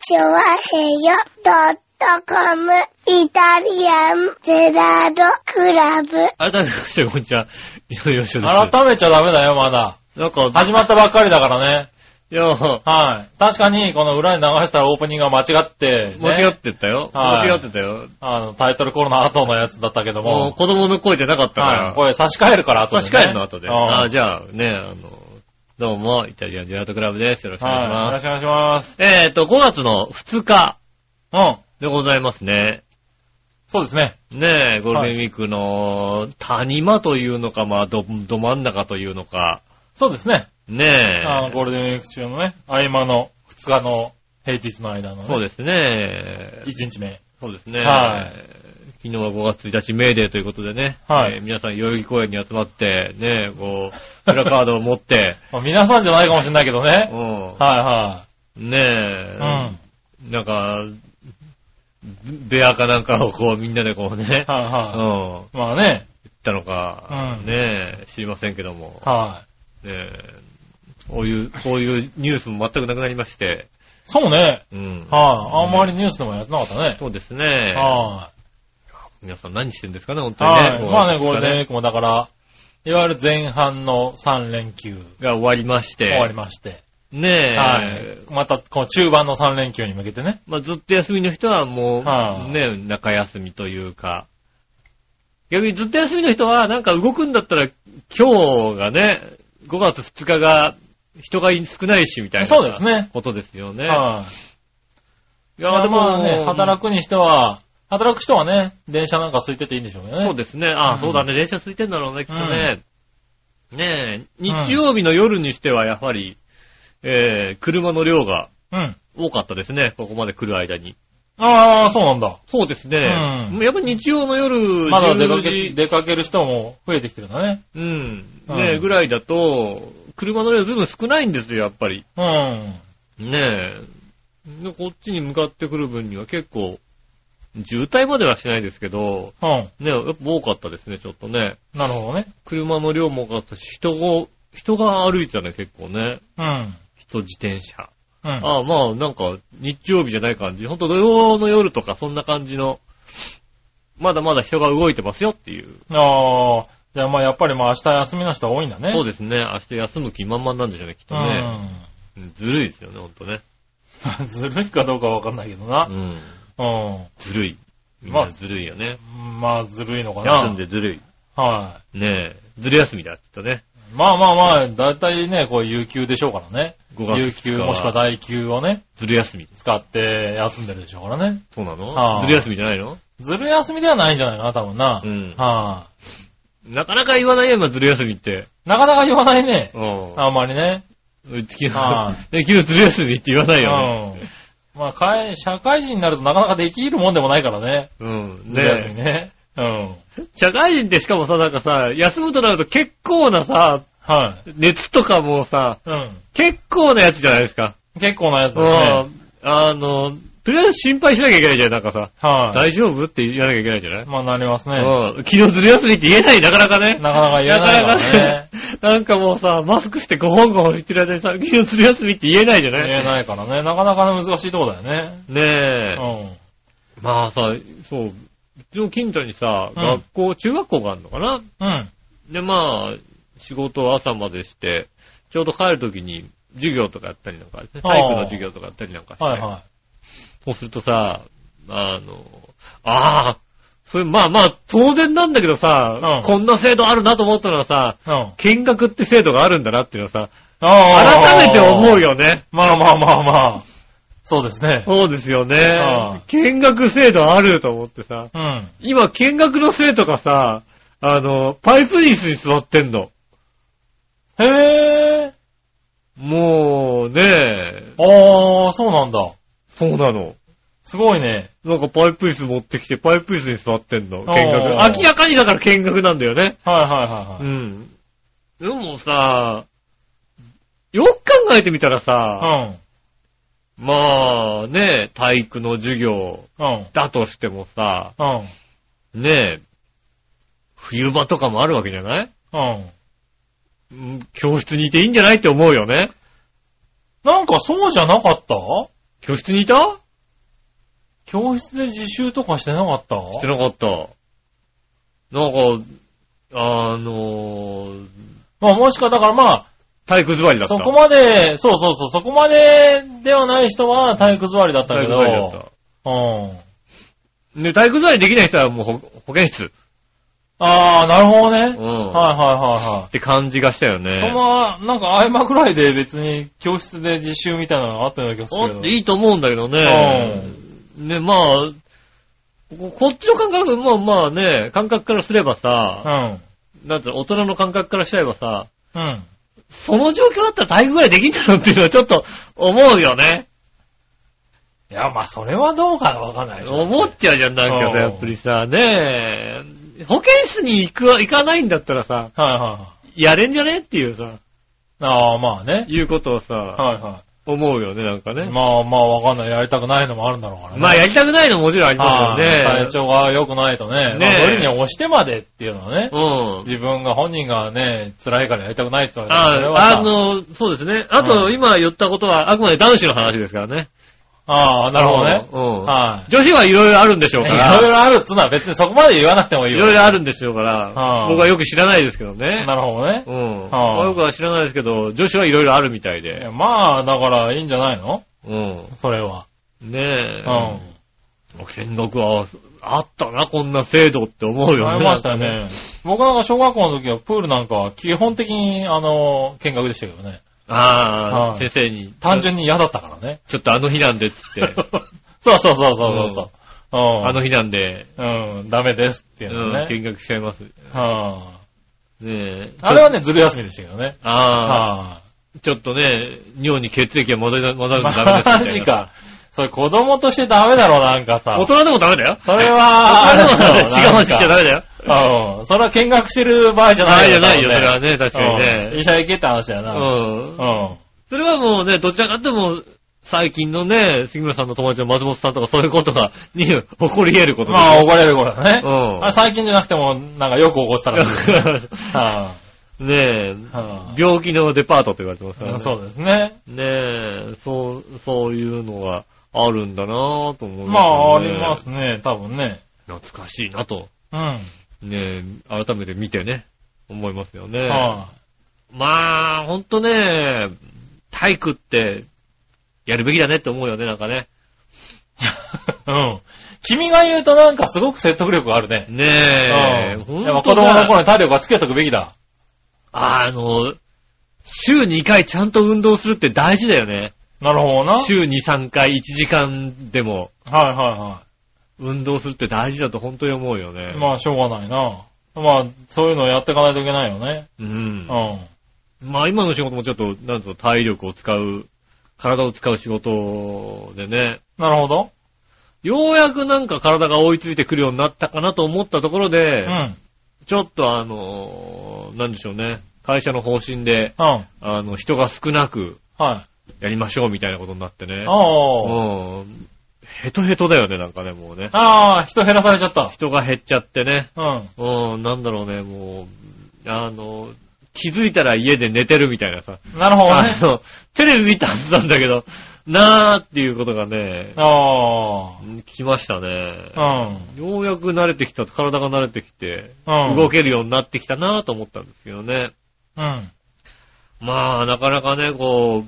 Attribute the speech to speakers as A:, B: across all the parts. A: チョワヘヨドットコムイタリアンゼラードクラブ。
B: 改めまして、こんにちは。井上洋です。
C: 改めちゃダメだよ、まだ。
B: なんか、
C: 始まったばっかりだからね。
B: いや、
C: はい。確かに、この裏に流したオープニングが間違って、ね
B: 間違ってたよ。
C: はい
B: 間違ってたよ。
C: あの、タイトルコールの後のやつだったけど
B: もう
C: も、
B: 子供の声じゃなかったか
C: はい。
B: ら。
C: これ差し替えるから、後
B: 差
C: で、ね。
B: し替えるの後で。
C: うん
B: ああ、じゃあね、あの、どうも、イタリアンジェラートクラブです。よろしくお願いし
C: はい。よ
B: ま
C: ろし
B: す。
C: くお願いします。
B: えっと、5月の2日
C: うん。
B: でございますね。
C: そうですね。
B: ねえ、ゴールデンウィークの谷間というのか、まあ、ど、ど真ん中というのか、
C: そうですね。
B: ね
C: あの、
B: え、
C: ゴールデンウィーク中のね、合間の2日の平日の間の、ね。
B: そうですね。
C: 1日目。
B: そうですね。
C: はい
B: 昨日は5月1日、メーデーということでね。
C: はい
B: えー皆さん、代々木公園に集まって、ね、こう、プラカードを持 って、
C: まあ、皆さんじゃないかもしれないけど
B: う
C: ね。は
B: ん。ねえ
C: い、はい。うん。
B: なんか、ベアかなんかをこう、みんなでこうね、
C: はいう
B: ん、
C: はい。まあね。
B: ったのか、
C: うん
B: ねえ、知りませんけども、
C: はい。
B: ねえ、こういう、そういうニュースも全くなくなりまして、
C: そうね。
B: うん。
C: はい。あんまりニュースでもやってなかったね。
B: そうですね。
C: は
B: 皆さん何してんですかね、本
C: い。
B: 当にね。
C: はい。まあね、
B: こ
C: ゴ
B: れ
C: ールデンウィークもだから、いわゆる前半の3連休
B: が終わりまして。
C: 終わりまして、
B: ねえ、
C: はい。また、この中盤の3連休に向けてね。
B: まあ、ずっと休みの人はもう、
C: はあ
B: ね、中休みというか、逆にずっと休みの人は、なんか動くんだったら、今日がね、5月2日が、人が少ないし、みたいな。
C: そうですね。
B: ことですよね。
C: は
B: い
C: い。いや、でもね、働
B: く。
C: くにしては、働く人はね、電車なんか空いてていいんでしょうけどね。
B: そうですね。ああ、
C: うん
B: そうだね。電車空いてんだろうね、きっとね。ねえ、日曜日の夜にしては、やはり、えー、車の量が
C: うん。
B: 多かったですね。ここまで来る間に。
C: ああ、そうなんだ。
B: そうですね。
C: うん
B: やっぱ日曜の夜、
C: まだ出か
B: 10
C: け、
B: 時、
C: 出かける人も増えてきてるんだね。
B: うん。
C: う
B: ね
C: ん
B: ぐらいだと、車の量ずいぶん少ないんですよ、やっぱり。
C: うん。
B: ねえ。でこっちに向かってくる分には結構、渋滞まではしないですけど、
C: うん。
B: ねやっぱ多かったですね、ちょっとね。
C: なるほどね。
B: 車の量も多かったし、人が、人が歩いてたね、結構ね。
C: うん。
B: 人、自転車。
C: うん。
B: ああ、まあ、なんか、日曜日じゃない感じ。ほんと土曜の夜とか、そんな感じの、まだまだ人が動いてますよっていう。
C: ああ、じゃあまあやっぱりまあ明日休みの人は多いんだね。
B: そう
C: で
B: ですね。明日休む気満々なんでしょうね、きっとね。
C: ね。
B: ずるいですよね、ほんとね。
C: うん。ずるいかどうかわかんないけどな
B: う。ん。
C: うん。
B: ずるい。みん
C: ま
B: な
C: あ
B: ずるいよね。
C: まあずるいのかな。
B: 休んでずるい。
C: は
B: ねえ。ずる休みだ、きっとね。
C: い。まあまあまあ、だいたいね、こう有給でしょうからね。
B: 5月
C: 有
B: 2
C: 給
B: 日は
C: もしくは代給をね、
B: ずる休み。
C: 使って休んでるでしょうからね。
B: そうなの、
C: はあ
B: ずる休みじゃないの
C: ずる休みではないんじゃないかな、多分な。
B: うん。
C: は
B: なかなか言わないよ、今ずる休みって。
C: い。なかなか言わないね。
B: うん。
C: あんまりね。
B: うち昨
C: はあ
B: 日、ね 昨日ずる休みって言わないよね。
C: うん。まあ、かえ社会人になるとなかなかできるもんでもないからね。
B: うん。
C: ずる休み
B: ね
C: ね。うん。
B: え。社会人ってしかもさ、なんかさ、休むとなると結構なさ、
C: はい。
B: 熱とかもさ、
C: うん。
B: 結構なやつじゃないですか。
C: 結構なやつです
B: う
C: ね。
B: ん。あの、とりあえず心配しなきゃいけないじゃん、なんかさ。
C: はい。
B: 大丈夫って言わなきゃいけないじゃない
C: まあ、なりますね。
B: うん。昨日ずる休みって言えない、なかなかね。
C: なかなか言えないからね。
B: なんかもうさ、マスクしてごほんごほんしてる間にさ、昨日ずる休みって言えないじゃ
C: 言
B: ない
C: えないからね。なかなか難しいとこだよね。う
B: ね
C: ん。
B: え。まあさ、そう、うちの近所にさ、
C: うん
B: 学校、中学校があるのかな
C: うん。
B: で、まあ、仕事を朝までして、ちょうど帰るときに授業とかやったりなんかして、
C: ああ
B: 体育の授業とかやったりなんかして、
C: はいは
B: そうするとさ、あの、ああ、それ、まあまあ、当然なんだけどさ、
C: うん
B: こんな制度あるなと思ったのはさ、
C: い。うん。
B: 見学って制度があるんだなっていうのはさ、
C: あー
B: 改めて思う。よね。
C: まあまあまあまあ。そうですね。
B: そうですよ
C: あ
B: ね
C: あ。
B: 見学制度あると思ってさ、
C: うん。
B: 今見学の生徒がさ、あの、パイプ椅子に座ってんの。
C: へえ。
B: もうねえ、
C: ああ、そうなんだ。
B: そうなの。
C: すごいね。
B: なんかパイプ椅子持ってきて、パイプ椅子に座ってんの。見学。
C: ああ
B: 明らかにだから見学なんだよね。
C: はいはいは
B: う
C: いはい。
B: ん。でもさ、よく考えてみたらさ、
C: う
B: まあね、体育の授業
C: ん。うん。
B: だとしてもさ、
C: うん。
B: ねえ、冬場とかもあるわけじゃない
C: うん。
B: うん教室にいていいんじゃないって思うよね。
C: なんかそうじゃなかった
B: 教室にいた
C: 教室で自習とかしてなかった
B: してなかった。なんか、あのー、
C: まあもしか、だからま
B: 体育座りだ
C: あ、
B: った。
C: そこまで、そうそうそう、そこまでではない人は体育座りだった
B: 体
C: け
B: 育
C: ど、
B: 座りだった。
C: うん。
B: で、体育座りできない人はもう保保健室。
C: ああ、なる
B: う
C: ほどね。
B: ん。
C: はいはいはいは
B: って感じがしたよ
C: い。そん
B: ね。
C: な、なんか合間ぐらいで別に教室で自習みたいなのがあったような気がす
B: あ
C: る
B: っ
C: けど。
B: ていいと思うんだけどね。ね、まあ、ここっちの感覚、まあまあね、感覚からすれば
C: う
B: さ、
C: ん。
B: なんていうの大人の感覚からしちゃえばさ、
C: うん。
B: その状況だったら体育ぐらいできんだろうっていうのはちょっと思うよね。
C: いや、まあそれはどうかわかんないでしょ
B: 思っちゃうじゃん、なんか
C: うん
B: さ、やっぱりさ、ねえ、保健室に行くわ、行かないんだったらさ、
C: はいはいはい。
B: やれんじゃねっていうさ、
C: ああ、まあね。
B: いうことをさ、
C: はいは
B: 思うよね、なんか
C: い。
B: ね。
C: まあまあわかんない。やりたくないのもあるんだろうからね。
B: まあやりたくないのももちろんありま
C: はい
B: す
C: 体
B: よね。
C: 調が良くないと
B: ね
C: ね。まあ無理に押してまでっていうのはね。
B: うん。
C: 自分が本人がね、辛いからやりたくないって言われたらそれは
B: あ
C: さ
B: あの、そうですね。あ
C: う
B: と、
C: ん
B: 今言ったことは、あくまで男子の話ですからね。
C: ああ、なるほどね。
B: うん。うん
C: は
B: 女子はいろいろあるんでしょ
C: い。
B: う
C: い
B: から。
C: ろいろあるっつうのは別にそこまで言わなくてもい
B: い
C: いよ。
B: ろいろあるんでしょうから
C: は、い
B: 僕はよく知らないですけどね。
C: なるほどね。
B: うん。
C: はい
B: 僕はよくは知らないですけど、女子はいろいろあるみたい
C: い
B: で
C: や。まあ、だからいいんじゃないの
B: うん。
C: それは。
B: ねえ。
C: うん。
B: 見学は、あったな、こんな制度って思うよね。
C: ありましたね。僕なんか小学校の時はプールなんかは基本的に、あの、見学でしたけどね。
B: ああ、
C: はい
B: 先生に。
C: 単純に嫌だったからね。
B: ちょっとあの日なんでっつって。
C: そうそうそうそうそう。う
B: あの
C: ん。
B: 日なんで、
C: うん、ダメですっていううの
B: ん、
C: ね。
B: 見学しちゃいます。ね
C: は
B: え。
C: ああれはね、ずる休みでしたけどね。
B: ああ、
C: は
B: ちょっとね、尿に血液が混ざり混ざ
C: い
B: るのダメですみたいな
C: マジ。か。それ子供としてダメだろ、なんかさ
B: 大。人でもダメだよ。
C: それは、
B: 大人でもダメだよ。血が混じっちゃ
C: な
B: ダメだよ。
C: うん。それは見学してる場合じゃ
B: ダ
C: な
B: メ
C: い
B: じゃないよ、
C: 多
B: そ
C: 分
B: れはね、確かに
C: うん
B: ね。
C: 医者行けって話だよ
B: う
C: な。
B: ん。それはもうね、どちらかとも、最近のね、杉村さんの友達の松本さんとかそういうことが、に、起こり得るこ
C: うん。
B: とです
C: まあ、
B: よ
C: 怒られる頃だね。
B: うん
C: あれ最近じゃなくても、なんかよく怒ってたらしい。は
B: ねえ、
C: いは
B: 病気のデパートって言われてますから
C: い
B: ね。
C: そうですね。
B: ねえ、そう、そういうのがあるんだなぁと思い
C: まあ、あ
B: よね
C: ります。ね、多分ね。
B: 懐かしいなと、
C: うん。
B: ねえ、改めて見てね、思いますよね。
C: は
B: まあ、ほんとね、体育って、やるべきだねって思うよね、なんかね。
C: いうん。君が言うとなんかすごく説得力があるね。
B: ねえ、
C: うん。
B: ん
C: やっぱ
B: と
C: 子供の頃に体力はつけとくべきだ。
B: あの、週2回ちゃんと運動するって大事だよね。
C: なるほどな。はい
B: 週2、3回1時間でも
C: はいは
B: 運動するって大事だと本当に思うよね。
C: い。まあ、しょうがないな。まあ、そういうのをやっていかないといけないよね。
B: うん。
C: う
B: まあ今の仕事もちょっと、なんと体力を使う、体を使う仕事でね、
C: ん。なるほど。
B: ようやくなんか体が追いついてくるようになったかなと思ったところで、
C: うん。うん。
B: ちょっとあのーなんでしょうね、会社の方針で、
C: はい。
B: あの、人が少なく
C: あ
B: やりましょうみたいなことになってね。
C: あ。
B: うん。ヘトヘトだよね、なんかね、もうね。
C: ああ、人減らされちゃった。
B: 人が減っちゃってね。
C: うん。
B: うん、なんだろうね、もう、あの、気づいたら家で寝てるみたいなさ。
C: なるほど
B: あ
C: ね。
B: の、テレビ見たはずなんだけど、なーっていうことがね、
C: あ
B: 来ましたね。
C: あ。うん。
B: ようやく慣れてきた、体が慣れてきて、
C: うん。
B: 動。けるようになってきたなーと思ったんですけどね。
C: うん。
B: まあ、なかなかね、こ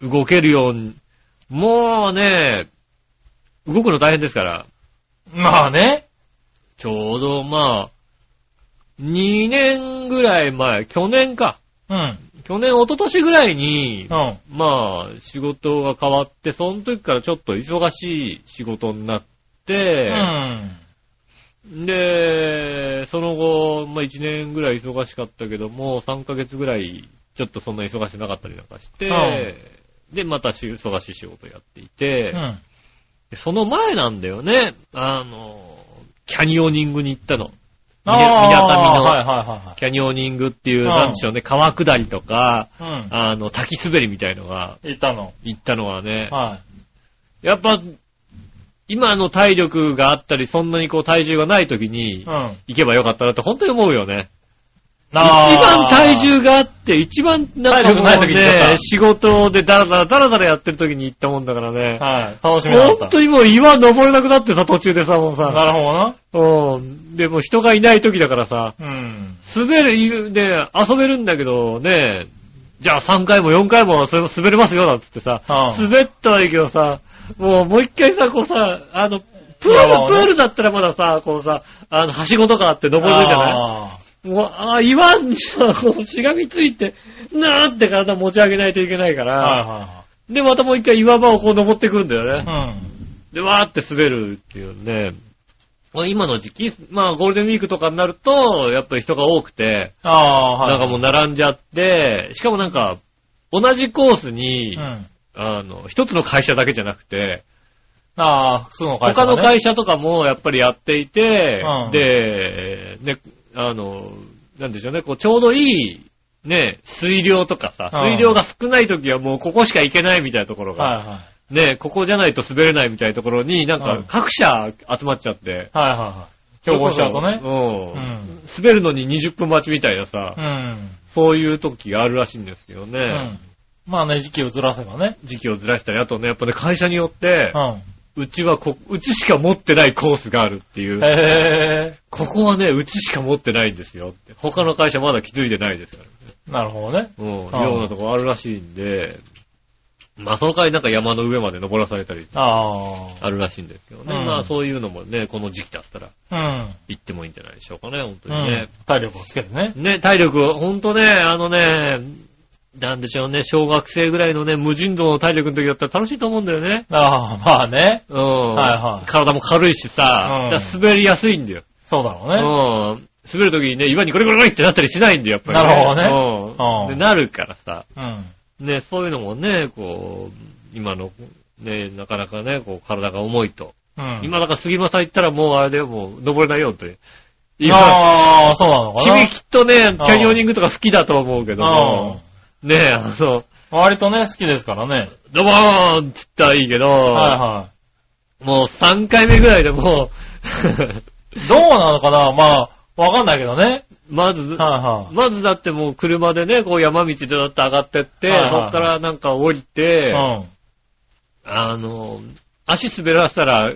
B: う、動けるように、もうね、動くの大変ですから。
C: まあね。
B: ちょうどまあ、2年ぐらい前、去年か。
C: うん。
B: 去年、一昨年ぐらいに
C: う、ん。
B: まあ、仕事が変わって、その時からちょっと忙しい仕事になっ
C: う
B: て、
C: ん。
B: で、その後、まあ1年ぐらい忙しかったけども、3ヶ月ぐらい、ちょっとそんな忙しくなかったりなんかして、で、またし忙しい仕事やっていて、
C: うん。
B: でその前なんだよね、あの、キャニオニングに行ったの。みな
C: ああ
B: みなかみの
C: はいは
B: キャニオニングっていう、
C: うん
B: なんでしょうね、川下りとか、
C: いはい。
B: あの、滝滑りみたいのが、
C: うん。いたの。
B: 行ったのはね、
C: は
B: やっぱ、今の体力があったり、そんなにこう体重がない時
C: い。
B: に
C: う、ん。
B: 行けばよかったなって本当に思うよね。一番体重があって、一番なんかもう
C: 体力ない時に行っちゃっ
B: ね
C: た、
B: 仕事でダラダラダラダラやってる時に行ったもんだからね。
C: はい。楽しみだっ
B: 本
C: た。
B: 当にもう岩登れなくなってさ、途中でさ、もう
C: な
B: さ。
C: るほどな。
B: うん。でも人がいない時だからさ、
C: うん。
B: 滑る、ね、遊べるんだけどね、じゃあ3回も4回もそれも滑れますよ、なんつってさ、
C: うん
B: 滑ったらいいけどさ、もうもう一回さ、こうさ、あの、プー
C: 岩場を
B: ル、
C: ね
B: プールだったらまださ、こうさ、あの、はしごとかあって登れるじゃない
C: あ
B: もう、ああ、岩にさ、こう しがみついて、なーって体持ち上げないといけないか
C: ー
B: ら、
C: は
B: で、またもう一回岩場をこう登ってくんだよね。
C: いはいはい。
B: で、わーって滑るっていうね。まあ今の時期、まあゴールデンウィークとかになると、やっぱり人が多くて、
C: うん。ああー、はい。
B: なんかもう並んじゃって、しかもなんか、同じコースに、
C: うん。
B: あの、一つの会社だけじゃなくて、
C: ああ、複数の会社
B: 他
C: がね。
B: の会社とかもやっぱりやっていて、
C: うん
B: で、ね、あの、なんでしょうね、こうちょうどいい、ね、水量とかさ、
C: うん
B: 水量が少ない時はもうここしか行けないみたいなところが、
C: はいはい。
B: ね、ここじゃないと滑れないみたいなところに、なん
C: う
B: か
C: ん
B: 各社集まっちゃって。
C: はいはいはい。競合しちゃうとね。う
B: うん。
C: ん。
B: 滑るのに20分待ちみたいなさ
C: う、ん。
B: そういう時があるらしいんですけど
C: う
B: ね。
C: ん。まあね、時期をずらせばね。
B: 時期をずらしたり、あとね、やっぱね、会社によって
C: う、ん。
B: うちはこ、うちしか持ってないコースがあるっていう。
C: へえ。
B: ここはね、うちしか持ってないんですよって。他の会社まだ気づいてないですから。
C: なるほどね。
B: うん。よ
C: あ
B: うなとこあるらしいんで、まあその代わりなんか山の上まで登らされたり
C: あ
B: あるらしいんですけどね。
C: うん
B: まあそういうのもね、この時期だったら。
C: あ。
B: 行ってもいいんじゃないでしょうかね、本当
C: うん。
B: にね。
C: うん体力をつけてね。
B: ね、体力を、ほんとね、あのね、なんでしょうね、小学生ぐらいのね、無人島の体力の時だったら楽しいと思うんだよね。
C: ああ、まあね。
B: うん。
C: はいはい
B: 体も軽いしさ、
C: うん
B: だから滑りやすいんだよ。
C: そうだろう
B: う
C: ね。
B: ん。滑る時にね、岩にゴリゴリゴリってなったりしないんだよ、やっぱり、
C: なるほどね
B: うん。
C: うん
B: でなるからさ、
C: うん。
B: ね、そういうのもね、こう、今の、ね、なかなかね、こう、体が重いと。
C: うん。
B: 今だから杉間さん行ったらもうあれだよ、もう登れないよって。今、
C: ああ、そうなのかな
B: 君。きっとね、キャニオニングとか好きだと思うけど
C: うん
B: も、ねえ、あの、
C: 割とね、好きですからね。
B: ドボーンって言ったらいいけど、
C: は
B: もう3回目ぐらいでも
C: いはい。どうなのかなまあ、わかんないけどね。
B: う、 まず、
C: はいはい。
B: まずだってもう車でね、こう山道でだって上がってって、
C: はいはい
B: そっからなんか降りて、
C: うん。
B: あの、足滑らせたら、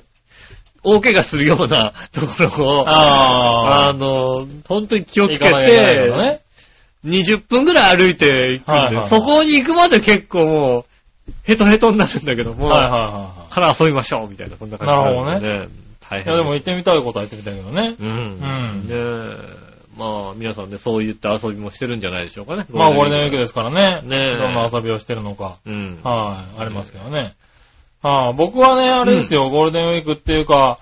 B: 大怪我するような ところを、
C: ああ。
B: あの、本当に気をつ
C: 行
B: け
C: かなきゃいけないけ
B: て
C: ど、ね。
B: 20分ぐらい歩いて行くんで、
C: はいはい
B: そこに行くまで結構もう、ヘトヘトになるんだけども、
C: はいはいは
B: から遊びましょうみたいな、こんな感じにるんでね。大
C: いはい。いやで
B: 変
C: も
B: です。
C: 行ってみたいことは行ってみたいけどね。
B: うん。
C: うん
B: ねえ。まあ、皆さんね、そういった遊びもしてるんじゃないでしょうかね。
C: まあゴールデンウィーク
B: で。
C: ですからね。
B: ねえ
C: どんな遊びをしてるのか。
B: うん。
C: はい、ありますけどね。はい、僕はね、あれですよ、ゴールデンウィークっていうか、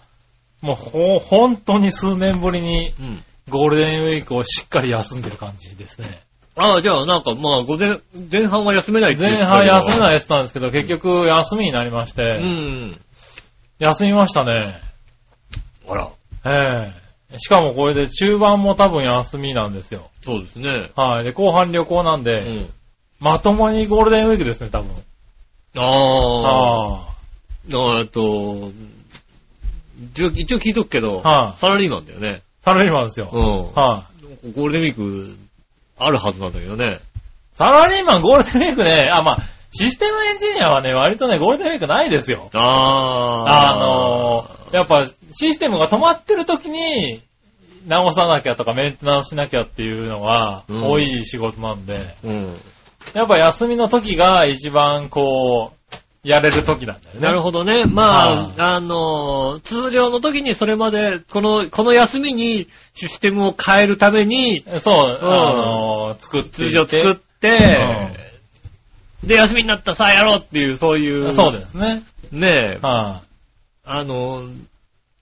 C: もうほ、本当に数年ぶりに
B: うん。
C: ゴールデンウィークをしっかり休んでる感じですね。
B: ああ、じゃあ、なんか、まあ、午前、前半は休めない
C: 前半休めない
B: い。
C: やつなんですけど、結局休みになりまして、
B: うん。
C: 休みましたね。
B: あら、
C: ええしかもこれで中盤も多分休みなんですよ。
B: そうですね。
C: はい、で、後半旅行なん
B: う
C: で、
B: ん。
C: まともにゴールデンウィークですね、多分。
B: ああ。
C: あ
B: あえっと、一応一応聞いとくけど、
C: はい
B: サラリーマンだよね。
C: サラリーマンですよ。
B: う
C: はい、
B: ん。ゴールデンウィーク、あるはずなんだけどね。
C: サラリーマンゴールデンウィークね、あ、まあ、システムエンジニアはね、割とね、ゴールデンウィークないですよ。あ
B: ああ。
C: のー、やっぱ、システムが止まってる時に、直さなきゃとかメンテナンスしなきゃっていうのが、
B: うん
C: 多い仕事なんで、
B: うん。
C: やっぱ休みの時が一番こう、やれる時なんだよね。
B: なる
C: ほ
B: ほどね。まあ、あのー、通常の時にそれまで、この、この休みにシステムを変えるために、
C: ど。そう、あのー、作って
B: 通常作
C: い
B: ってて、で、休みになったらさあやろうっていう、そういう。
C: そうですね。
B: す。ねえ、
C: は
B: あのー、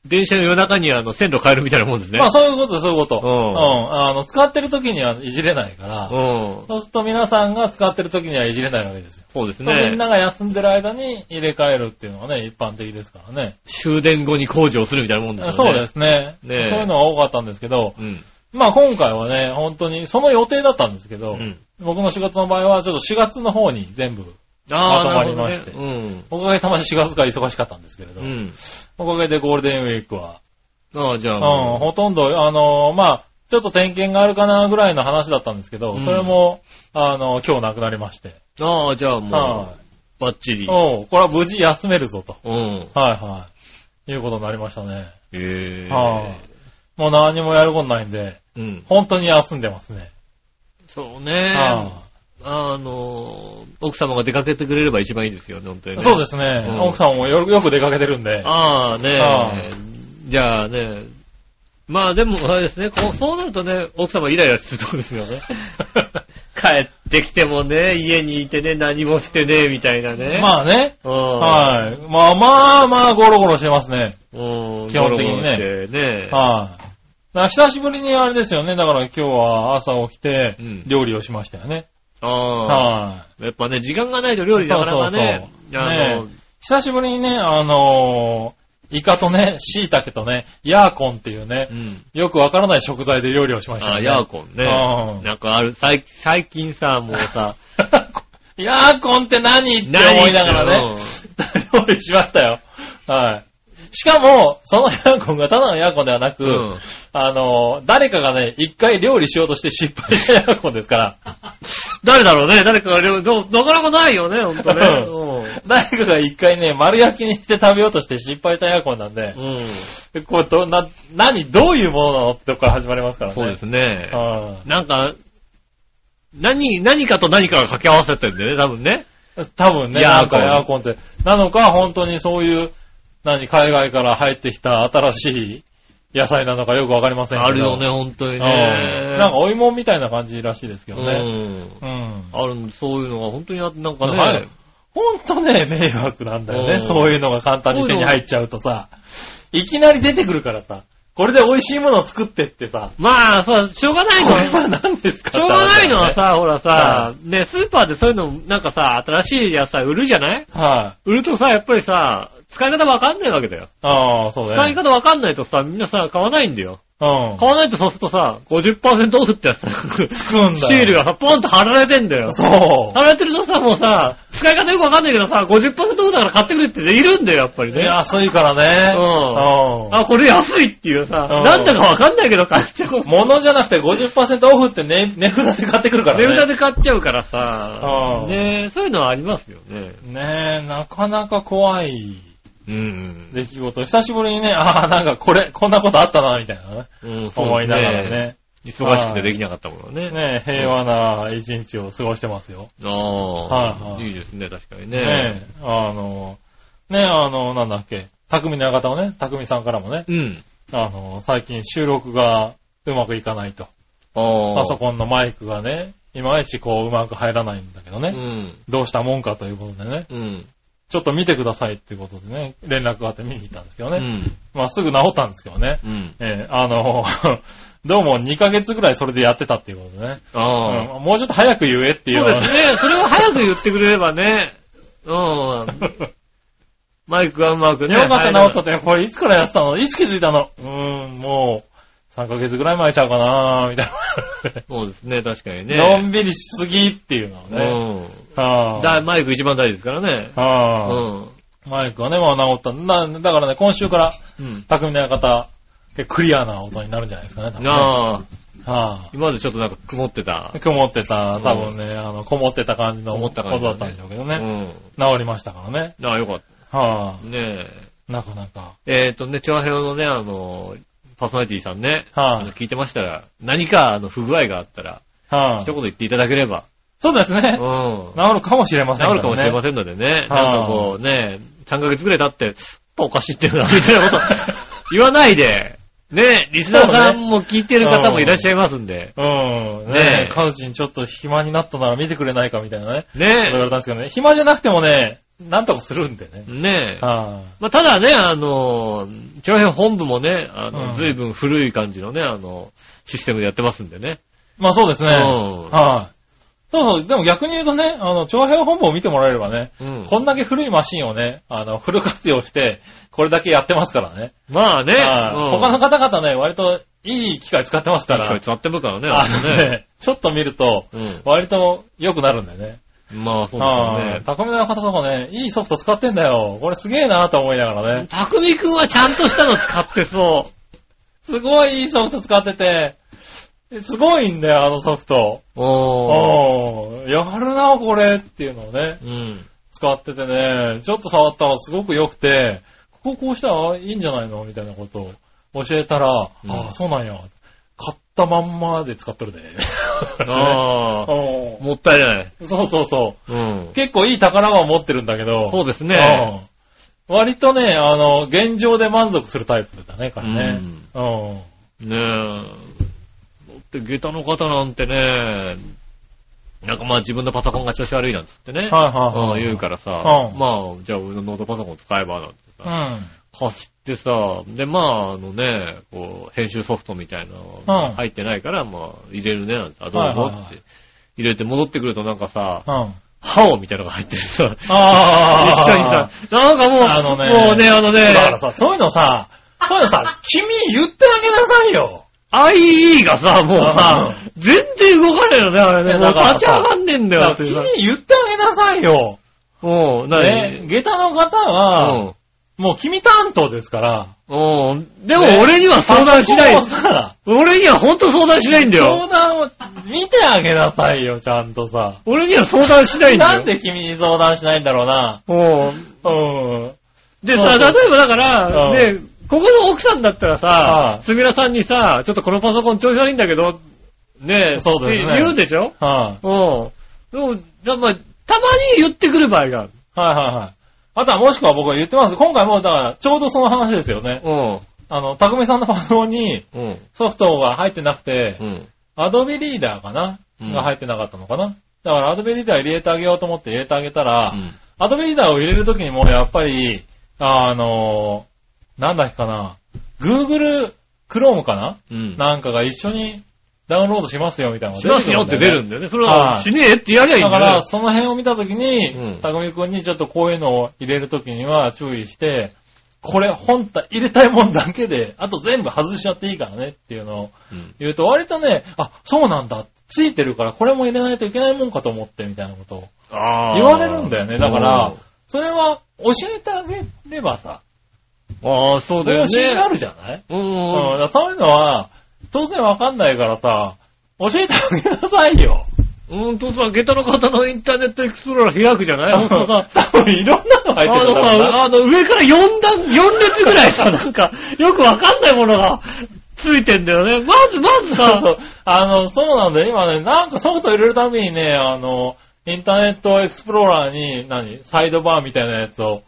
B: 電車の夜中にあの、線路変えるみたいなもんです
C: い
B: ね。
C: まあそういうこと、そういうこと。
B: うん
C: んあの、使ってる時にはいじれないから、
B: うん。
C: そうすると皆さんが使ってる時にはいじれないわけですよ。
B: そうです
C: みん
B: ね。
C: なが休んでる間に入れ替えるっていうのがね、一般的ですからね。
B: 終電後に工事をするみたいなもんですよね。
C: そうですね
B: ねえ
C: そういうのが多かったんですけど、
B: うん。
C: まあ今回はね、本当にその予定だったんですけど、
B: うん。
C: 僕の仕事の場合はちょっと4月の方に全部、
B: ああ、
C: まとま
B: なる
C: り
B: ほど
C: ま
B: ね
C: しておかげさまで4月から忙しかったんですけれど、
B: うん。うん。
C: おかげでゴールデンウィークは、
B: ああ、じゃ
C: うん、
B: あ。
C: ほとんど、あのーまあ、ちょっと点検があるかなぐらいの話だったんですけど、
B: うん
C: それも、あの、今日なくなりまして。
B: ああ、じゃあも
C: は
B: う、バッチリ
C: い。。おうこれは無事休めるぞと。
B: うん。
C: はいはい。いうことになりましたね。
B: ええ。
C: はいもう何もやることないんで、
B: うん。
C: 本当に休んでますね。
B: そうね。
C: は
B: あの、奥様が出かけてくれれば一番いいですよね、本当に
C: い
B: ね。
C: そうです
B: うん
C: ね。奥さんもよよく出かけてるんで。
B: ああ
C: は
B: ねじゃあね、まあでも、あれですね、こうそうなるとね、奥様イライラするとこですよ ね。帰ってきてもね、家にいてね、何もしてね、みたいなね。
C: まあね。
B: あ、
C: はい。まあまあまあ、ゴロゴロしてますね。
B: い。うん、
C: 基本的
B: ゴロゴ
C: にね
B: ロしてね
C: はい。だから久しぶりにあれですよね。だから今日は朝起きて
B: うん、
C: 料理をしましたよね。
B: ああ
C: は
B: やっぱね、時間がないと料理なかなかね、
C: そうそうそう
B: あの、
C: ねい。久しぶりにね、あのーイカとね、椎茸とね、ヤーコンっていうね
B: う、ん。
C: よくわからない食材で料理をしました
B: あ
C: よ
B: あ、
C: ね。
B: ヤーコン
C: う
B: ね。
C: ん
B: なんかある、最最近さ、もうさ、
C: ヤーコンって何って思いながらね、料理しましたよ。 はい。しかも、そのヤーコンがただのヤーコンではなく、
B: うん。うん。
C: あの、誰かがね、一回料理しようとして失敗したヤーコンで すから、
B: 誰だろうね、誰かが料理、どうなかなかないよね、ほんとね。うん
C: 誰かが一回ね、丸焼きにして食べようとして失敗したヤーコンなんで、
B: うん。
C: こう、ど、な、何、どういうものなのってとこから始まりますからね。
B: そうです
C: ね。
B: ね。なんか、何、何かと何かが掛け合わせてんだよね、多分ね。
C: 多分ね、
B: ヤ
C: な
B: ー
C: ん
B: コ
C: か
B: ン
C: ヤーコンって、なのか、本当にそういう、何、海外から入ってきた新しい野菜なのかよくわかりませんけど。
B: あるよね、。本当
C: う
B: に
C: ん。
B: ね。
C: なんかお芋みたいな感じらしいですけどね。
B: う
C: うん
B: ん。ある、そういうのが本当にあって、なんか
C: は
B: ね
C: い、ほんとね、迷惑なんだよ
B: うん
C: ね。そういうのが簡単に手に入っちゃうとさ、いきなり出てくるからさ、これで美味しいものを作ってってさ、
B: まあ、そう、しょうがない
C: こ
B: の
C: れは
B: は、
C: 何ですか
B: しょうがないのは
C: って
B: さ、ほらさ
C: は、
B: ね、スーパーでそういうの、なんかさ、新しい野菜売るじゃない
C: 話だよね、はい、
B: 売るとさ、やっぱりさ、使い方わかんないわけだよ。
C: ああ、そうだ
B: 使い
C: よね。
B: 方わかんないとさ、みんなさ、買わないんだよ。
C: うん。
B: 買わないとそうするとさ、50%オフってやつさ、
C: つくんだよ。
B: シールがさ、ポンと貼られてんだよ。
C: そ
B: 貼られてるとさ、もうさ、使い方よくわかんないけどさ、50%オフだから買ってくれっているんだよ、やっぱり
C: う。い
B: ね。
C: や安いからね。
B: うん
C: うん。
B: あ、これ安いっていうさ、
C: うん
B: なんだかわかんないけど買っちゃう。
C: 物じゃなくて50%オフってね値札で買ってくるからね。
B: 値札で買っちゃうからさ、
C: うん
B: ねそういうのはありますよね。
C: ねえ、なかなか怖い
B: うん。
C: 出来事。久しぶりにね、ああ、なんかこれ、こんなことあったな、みたいなね。
B: うん、そう
C: 思いながら
B: です。
C: ね。
B: 忙しくてできなかったものね。
C: ねえ、平和な一日を過ごしてますよ。
B: ああ、
C: はいはい
B: いですね、確かにね。
C: ねえ、あの、ねえ、あの、なんだっけ、匠の館をね、匠さんからもね、
B: うん。
C: あの、最近収録がうまくいかないと。
B: あ
C: パソコンのマイクがね、いまいちこううまく入らないんだけど
B: う
C: ね、
B: ん。
C: どうしたもんかということでね、
B: うん。
C: ちょっと見てくださいっていうことでね、連絡があって見に行ったんですけど
B: う
C: ね、
B: ん。
C: まあすぐ治ったんですけどね、
B: うん。
C: ええあの、 どうも2ヶ月ぐらいそれでやってたっていうことでね、
B: ああ、
C: うんもうちょっと早く言えっていう
B: そう
C: のは
B: ですね。それを早く言ってくれればね。うん。 マイクがうまくね。
C: よかった、
B: 入らない
C: 治ったって。これいつからやってたのいつ気づいたのうーん、もう、3ヶ月ぐらい前ちゃうかなみたい
B: そうですね、確かにね。
C: な。のんびりしすぎっていうのをね。
B: う
C: は
B: ん。
C: あ、
B: だ、マイク一番大事ですからね。う
C: はあ
B: ん。
C: マイクはね、まあ治った。な、だからね、今週から、
B: うん。
C: 匠の館、結構クリアな音になるんじゃないですかね、多分ね
B: なあ、
C: は
B: 今までちょっとなんか曇って た
C: あ。曇ってた、多分ね、あの、こもってた感じの
B: こもっ
C: 音
B: た
C: だ
B: 感じのね
C: ったんでしょうけど
B: う
C: ね。
B: ん。
C: 治りましたからね。
B: ああ、よかっ
C: は
B: た。ね
C: あ、なかなか。
B: え。えっ、とね、長編のね、あの、パーソナリティさんね、あの
C: は
B: 聞いてましたら、何かあの不具合があったら、
C: あ、はあ
B: 一、言言っていただければ、
C: そうです
B: うん。
C: ね。治るかもしれません
B: 治るかもしれま
C: せ
B: せ
C: ん。
B: んのでね、
C: は
B: な
C: い
B: んかこうね、3ヶ月ぐらい経って、やっぱおかしいっていうな、みたいなこと 言わないで、ね、リスナーさんも聞いてる方もいらっしゃいますんで、
C: うん。
B: ね
C: ねえ、カズチンちょっと暇になったなら見てくれないかみたいなね。言わ
B: ね、
C: れたんですけどね。暇じゃなくてもね、なんとかするんでね。
B: ね、
C: は
B: まあ、ただね、あの、長編本部もね、あの、
C: うん
B: 随分古い感じのね、あの、システムでやってますんでね。
C: い。まあそうですね。
B: うん
C: はい。そうそう。でも逆に言うとね、あの、長編本部を見てもらえればね、
B: うん
C: こんだけ古いマシンをね、あの、フル活用して、これだけやってますからね。
B: まあね、
C: はい他の方々ね、割といい機械使ってますか
B: から、
C: ら
B: 使、ってるからね、
C: あ
B: あ
C: の
B: のね。
C: ね、ちょっと見ると、
B: う
C: 割と良くなるんだよね。
B: ん。まあそうですよ
C: あ
B: ね
C: あ、。匠の方とかね、いいソフト使ってんだよ。これすげえなと思いながらね。
B: たくみくんはちゃんとしたの使ってそう。
C: すごいいいソフト使ってて、すごいんだよ、あのソフト。
B: おー。
C: おー、やるな、これっていうのをね、
B: うん。
C: 使っててね、ちょっと触ったらすごく良くて、こここうしたらいいんじゃないのみたいなことを教えたら、
B: うん
C: ああ、そうなんや。買ったまんまで使っとるで。
B: あー。
C: お
B: もったいない。
C: ーそうそうそうう。
B: ん。
C: 結構いい宝は持ってるんだけど、
B: そうですね。
C: うん割とね、あの、現状で満足するタイプだね、彼ね。うん。
B: ねえ。だって下駄の方なんてね、なんかまあ自分のパソコンが調子悪いなんつってね。
C: はい
B: う
C: はい
B: ん
C: はい。
B: 言うからさ、
C: うん
B: まあ、じゃあ俺のノートパソコン使えばなんて
C: う
B: さ、
C: ん。
B: 走ってさ、でまあ、あのね、こう、編集ソフトみたいなの
C: うん
B: が入ってないから、まあ、入れるねなんて、あ、どう
C: はい
B: ぞ
C: はいは
B: っ
C: い
B: て。入れて戻ってくるとなんかさ、
C: うん。
B: ハオみたいなのが入ってるさ、 一
C: あー
B: 緒にさ、なんかもう、
C: あのね
B: もうね、あのね
C: だ、からさ、そういうのさ、そういうのさ、君言ってあげなさいよ。
B: IE がさ、もうさ
C: う、
B: 全然動かないよね、あれね。
C: いや
B: もう
C: だから
B: 立ち上がんねえんだよ、って
C: 君
B: さ。
C: 言ってあげなさいよ。
B: うん、な
C: ね、
B: に
C: 下駄の方
B: う
C: は、
B: ん。
C: もう君担当ですから。
B: うん。で
C: ね
B: も俺には相談しない
C: パ。ソコンをさ
B: 俺にはほんと相談しないんだ
C: 相
B: よ。
C: 談を見てあげなさいよ、ちゃんとさ。
B: 俺には相談しないんだよ。
C: なんで君に相談しないんだろうな。
B: うん。
C: うん。
B: で
C: そう
B: さ、
C: そう
B: 例えばだか
C: う
B: ら、ね、ここの奥さんだったら
C: は
B: さ
C: い、
B: すみらさんにさ、ちょっとこのパソコン調子悪いんだけど、ね
C: そうだよね
B: って言うでしょ
C: はい
B: うん。でも、だまあたまに言ってくる場合がある。
C: はいはいはい。あとはもしくは僕は言ってます。今回もうだから、ちょうどその話ですよね。あの、たくみさんのパソコンに
B: うん。うん。
C: ソフトが入ってなくて
B: う、ん。
C: アドビリーダーかな
B: うん
C: が入ってなかったのかな、だからアドビリーダー入れてあげようと思って入れてあげたら、
B: うん
C: アドビリーダーを入れるときにもうやっぱり、あのなんだっけかな、Google Chrome かな、
B: うん。
C: なんかが一緒にダウンロードしますよみたいなの
B: し
C: が
B: ま
C: 出
B: す
C: てく
B: よって出
C: るんだよね
B: るんだよね。それ
C: は
B: は、
C: い
B: しねえってやりゃいいん
C: だか
B: だよ
C: ら、。その辺を見たとき
B: う
C: に
B: ん、
C: たくみくんにちょっとこういうのを入れるときには注意して、これ本体入れたいもんだけで、あと全部外しちゃっていいからねっていうのを
B: うん
C: 言うと、割とね、あ、そうなんだ。ついてるからこれも入れないといけないもんかと思ってみたいなことを
B: あー
C: 言われるんだよね。だから
B: うん、
C: それは教えてあげればさ、
B: ああ、そうだよね。
C: 教えになるじゃない、
B: うん
C: うん、だからそういうのは、当然わかんないからさ、教えてあげなさいよ。
B: うん。うんとさ、下駄の方のインターネットエクスプローラー開くじゃない
C: 多
B: ほんとさ、
C: 分いろんなの
B: あ
C: 入って
B: の
C: るだろうな
B: さ、あの上から4段、4列ぐらい さ、なんか、よくわかんないものがついてんだよね。まず、まず
C: そう
B: さ、
C: そう。あの、そうなんだよ。今ね、なんかソフト入れるためにね、あの、インターネットエクスプローラーに、何サイドバーみたいなやつを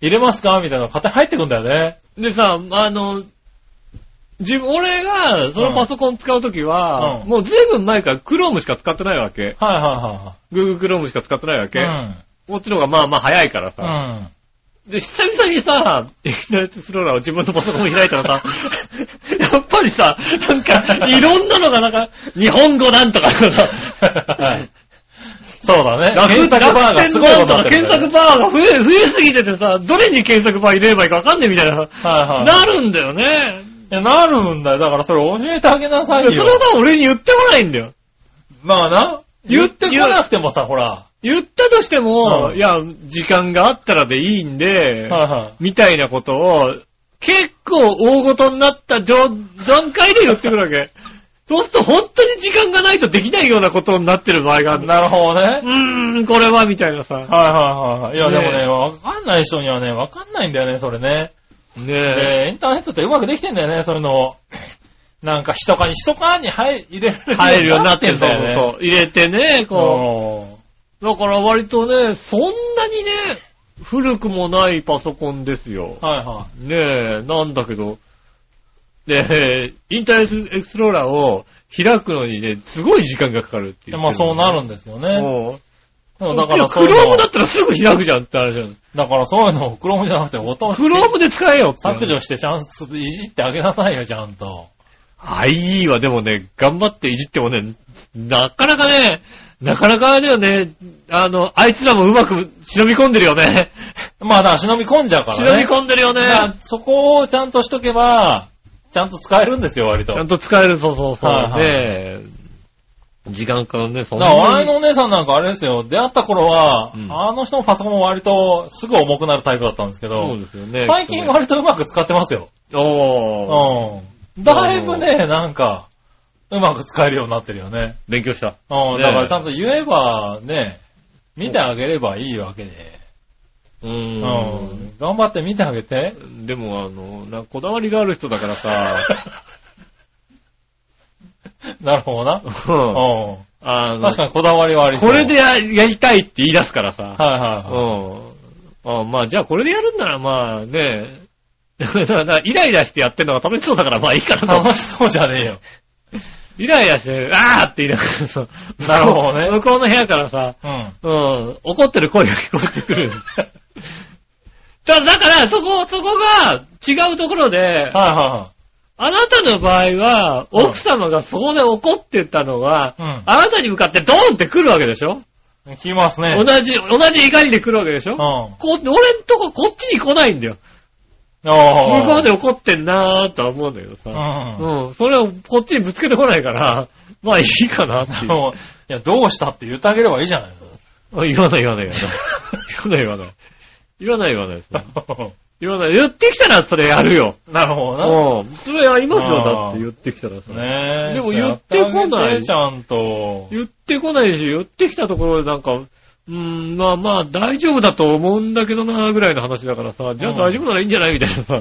C: 入れますかみたいなの勝手に入ってくんだよね。
B: でさ、あの、自分、俺が、そのパソコン使うときは、
C: うん
B: もうずいぶん前から Chrome しか使ってないわけ。
C: はいは
B: Google Chrome しか使ってないわ
C: い
B: け。
C: はい
B: こっちの方がまあまあ早いからさ。
C: はい。うん。うん。
B: で、久々にさ、インターネットスローラーを自分のパソコン開いた らさ、やっぱりさ、なんか、いろんなのがなんか、日本語なんとかとかさ、
C: そうだね。
B: 楽
C: 検索バーがすごいことになってる
B: 検
C: んだよ
B: 索
C: ね、
B: バーが増え、増えすぎててさ、どれに検索バー入れればいいかわかんねえみたいなさ、
C: はいはい。
B: なるんだよね。
C: いやなるんだよ。だからそれ教えてあげなさ
B: そ
C: いよ
B: れ。は俺に言ってもないんだよ。
C: まあな。言
B: 言
C: っ
B: ってて
C: こなくてもさ、ほら。
B: 言ったとしても、
C: うん
B: いや、時間があったらでいいんで、
C: はいはい。
B: みたいなことを、結構大ごとになった状段階で言ってくるわけ。そうすると本当に時間がないとできないようなことになってる場合があるんだ。
C: なるほどね。
B: うーん、これは、みたいなさ。
C: はいはいはいはい。いや、でも
B: ね
C: ね、
B: え
C: わかんない人にはね、わかんないんだよね、それね。
B: ねえ。
C: で、インターネットってうまくできてんだよね、そういうのを。なんか、ひそかに、ひそかに入入れる。
B: 入るようになってるん
C: んだ
B: だ
C: よね。
B: よね。入れてね、こ
C: こ
B: う。だから割とね、そんなにね、古くもないパソコンですよ。
C: う。はいは
B: ねえ、なんだけど、で、インターネットエクスプローラーを開くのにね、すごい時間がかかるって
C: い。
B: いう。
C: まあ、そうなるんですよね。
B: も
C: で
B: う
C: も
B: だ
C: だ
B: か、
C: からら、
B: ク
C: そうい
B: ロ
C: う
B: ーム
C: の
B: だったらすぐ開くじゃんって話じゃん。
C: だからそういうのを、クロームじゃなくて、音を
B: クロームで使えよって。
C: 削除して、ちゃんといじってあげなさいよ、ちゃんと。
B: IE はでもね、頑張っていじってもね、なかなかね、なかなかあれよね、あの、あいつらもうまく忍び込んでるよね。
C: まあ、だから忍び込んじゃうから
B: 忍
C: ね。
B: び込んでるよ
C: だから
B: ね。
C: そこをちゃんとしとけば、ちゃんと使えるんですよ、割と。
B: ちゃん
C: だ
B: と使える、そうそうそう。
C: はい
B: ねえ時間かかるね、そん
C: から、笑いのお姉さんなんかあれですよ、出会った頃は、
B: うん
C: あの人のパソコンも割とすぐ重くなるタイプだったんですけど、
B: そうですよね。
C: 最近割とうまく使ってますよ。
B: おー。
C: うん。だいぶね、なんか、うまく使えるようになってるよね。
B: 勉強した。
C: う
B: ね
C: ん、
B: え
C: だからちゃんと言えば、ね、見てあげればいいわけで。
B: う。
C: うんん。頑張って見てあげて。
B: でも、あの、なこだわりがある人だからさ、
C: なるほどな。
B: うん
C: う
B: あ
C: ん。
B: の
C: 確、かにこだわりはありそう。
B: これでややりたいって言い出すからさ、
C: はいはいはい。
B: うん。あまあ、じゃあこれでやるんなら、まあね、だからな イライラしてやってんのが楽しそうだから、まあいいかなと。
C: 楽しそうじゃねえよ。
B: イライラして、あーって言いながらさ、
C: なるほどね
B: 向こうの部屋からさ、
C: うん。
B: うん、怒ってる声が聞こえてくる。だだから、そこ、そこが違うところで、
C: は
B: あなたの場合は、
C: うん
B: 奥様がそこで怒ってたのが、
C: いはいはい。
B: あなたに向かってドーンって来るわけでしょ、
C: うん。来ますね。
B: 同じ、同じ怒りで来るわけでしょ、
C: うん。あ
B: こう俺んとここっちに来ないんだよ。
C: あ。
B: 向こうで怒ってんなーとは思うんだけど
C: う
B: さ。
C: ん。
B: うん。それをこっちにぶつけてこないから、まあいいかなっていう。
C: もういや、どうしたって言ってあげればいいじゃない
B: あ言わない言わない言わない。言わない言わない。言わない言わないですね。
C: の。
B: 言わない。言ってきたらそれやるよ。
C: なるほどな。
B: うん。それやりますよ、だ
C: あー
B: って言ってきたらさ。
C: ねえ。
B: でも言ってこない
C: やってあげてちゃんと。
B: 言ってこないし、言ってきたところでなんか、うーん、まあまあ大丈夫だと思うんだけどな、ぐらいの話だからさ、じゃあ
C: うん
B: 大丈夫ならいいんじゃないみたいなさ。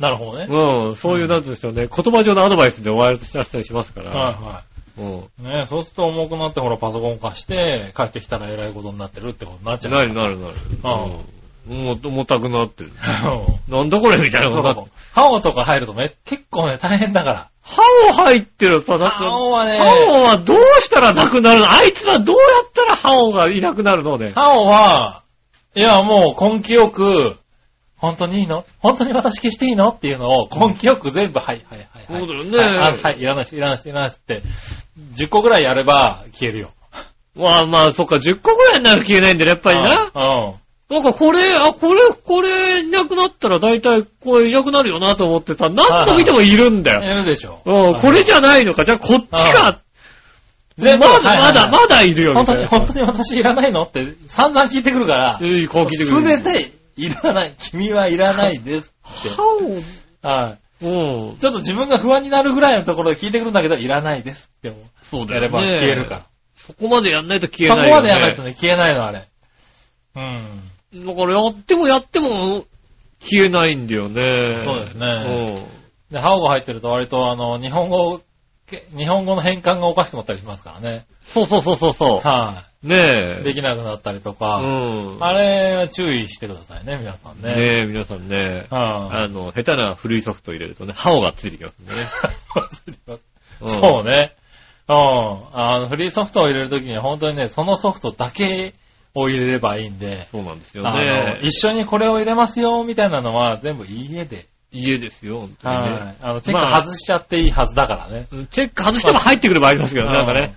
C: なるほどね。
B: うん。そういう、
C: うん
B: なんていうんでしょうね。言葉上のアドバイスで終わりとしたりしますか
C: はい
B: ら。
C: は
B: うん。
C: い。ねえ、そうすると重くなって、ほら、パソコン化して、帰ってきたら偉いことになってるってことになっちゃう。
B: なるなるなる。うん。もう重たくなってる。
C: うん
B: なんだこれみたいな
C: そ
B: こ
C: う
B: とになって。
C: ハオとか入るとね、結構ね、大変だから。
B: 歯を入ってるさ、なんか。
C: ハオはね、
B: ハオはどうしたらなくなるのあいつはどうやったらハオがいなくなるのね。
C: ハオは、いや、もう根気よく、本当にいいの本当に私消していいのっていうのを根気よく全部、はい、はい、はい。はい
B: そうだよね
C: はい、あはい、いらないです、いらないです、いらないですって、10個ぐらいやれば消えるよ。
B: まあまあ、そっか、10個ぐらいになる消えないんだよ、やっぱりな。
C: うん。
B: なんかこれ、あ、これ、これ、いなくなったら大体、これいなくなるよなと思ってさ、何度見てもいるんだよ。
C: やるでしょ。
B: うん、これじゃないのか。じゃあこっちか。まだ、まだ、まだいるよ、
C: 本
B: み
C: 当
B: たいな。
C: に、本当に私いらないのって散々聞いてくるから、
B: えーこう聞いてく
C: す
B: る。
C: べていらない、君はいらないですって。
B: 歯を、
C: はい。
B: うん。
C: ちょっと自分が不安になるぐらいのところで聞いてくるんだけど、いらないですって思う。
B: そうだ
C: や
B: よ
C: れ
B: ね。
C: ば消えるから。
B: そこまでやんないと消え
C: そ
B: ない
C: こ
B: よ、ね。
C: までやらないとね、消えないの、あれ。うん。
B: だからやってもやっても消えないんだよね。
C: そうですね。で、ハオが入ってると割と、あの、日本語を、け日本語の変換がおかしくなったりしますからね。
B: うん。そうそうそうそうそ
C: は
B: う。ねえ。
C: い。できなくなったりと
B: う
C: か、
B: ん。
C: あれ、注意してくださいね、皆さんね。
B: ねえ、皆さんね。
C: は
B: あの、下手な古いソフト入れるとね、歯がついてきますんでね。
C: い。そううね。うん。あの、フリーソフトを入れるときには本当にね、そのソフトだけを入れればいいんで、
B: そうなんですよ
C: あの、
B: ね。
C: 一緒にこれを入れますよ、みたいなのは全部家で。
B: 家ですよ、本当に
C: は
B: ね。
C: い。あの、チェック外しちゃっていいはずだからね。
B: うんチェック外しても入ってくる場合ありますけどね、
C: ま
B: な
C: あ
B: んかね。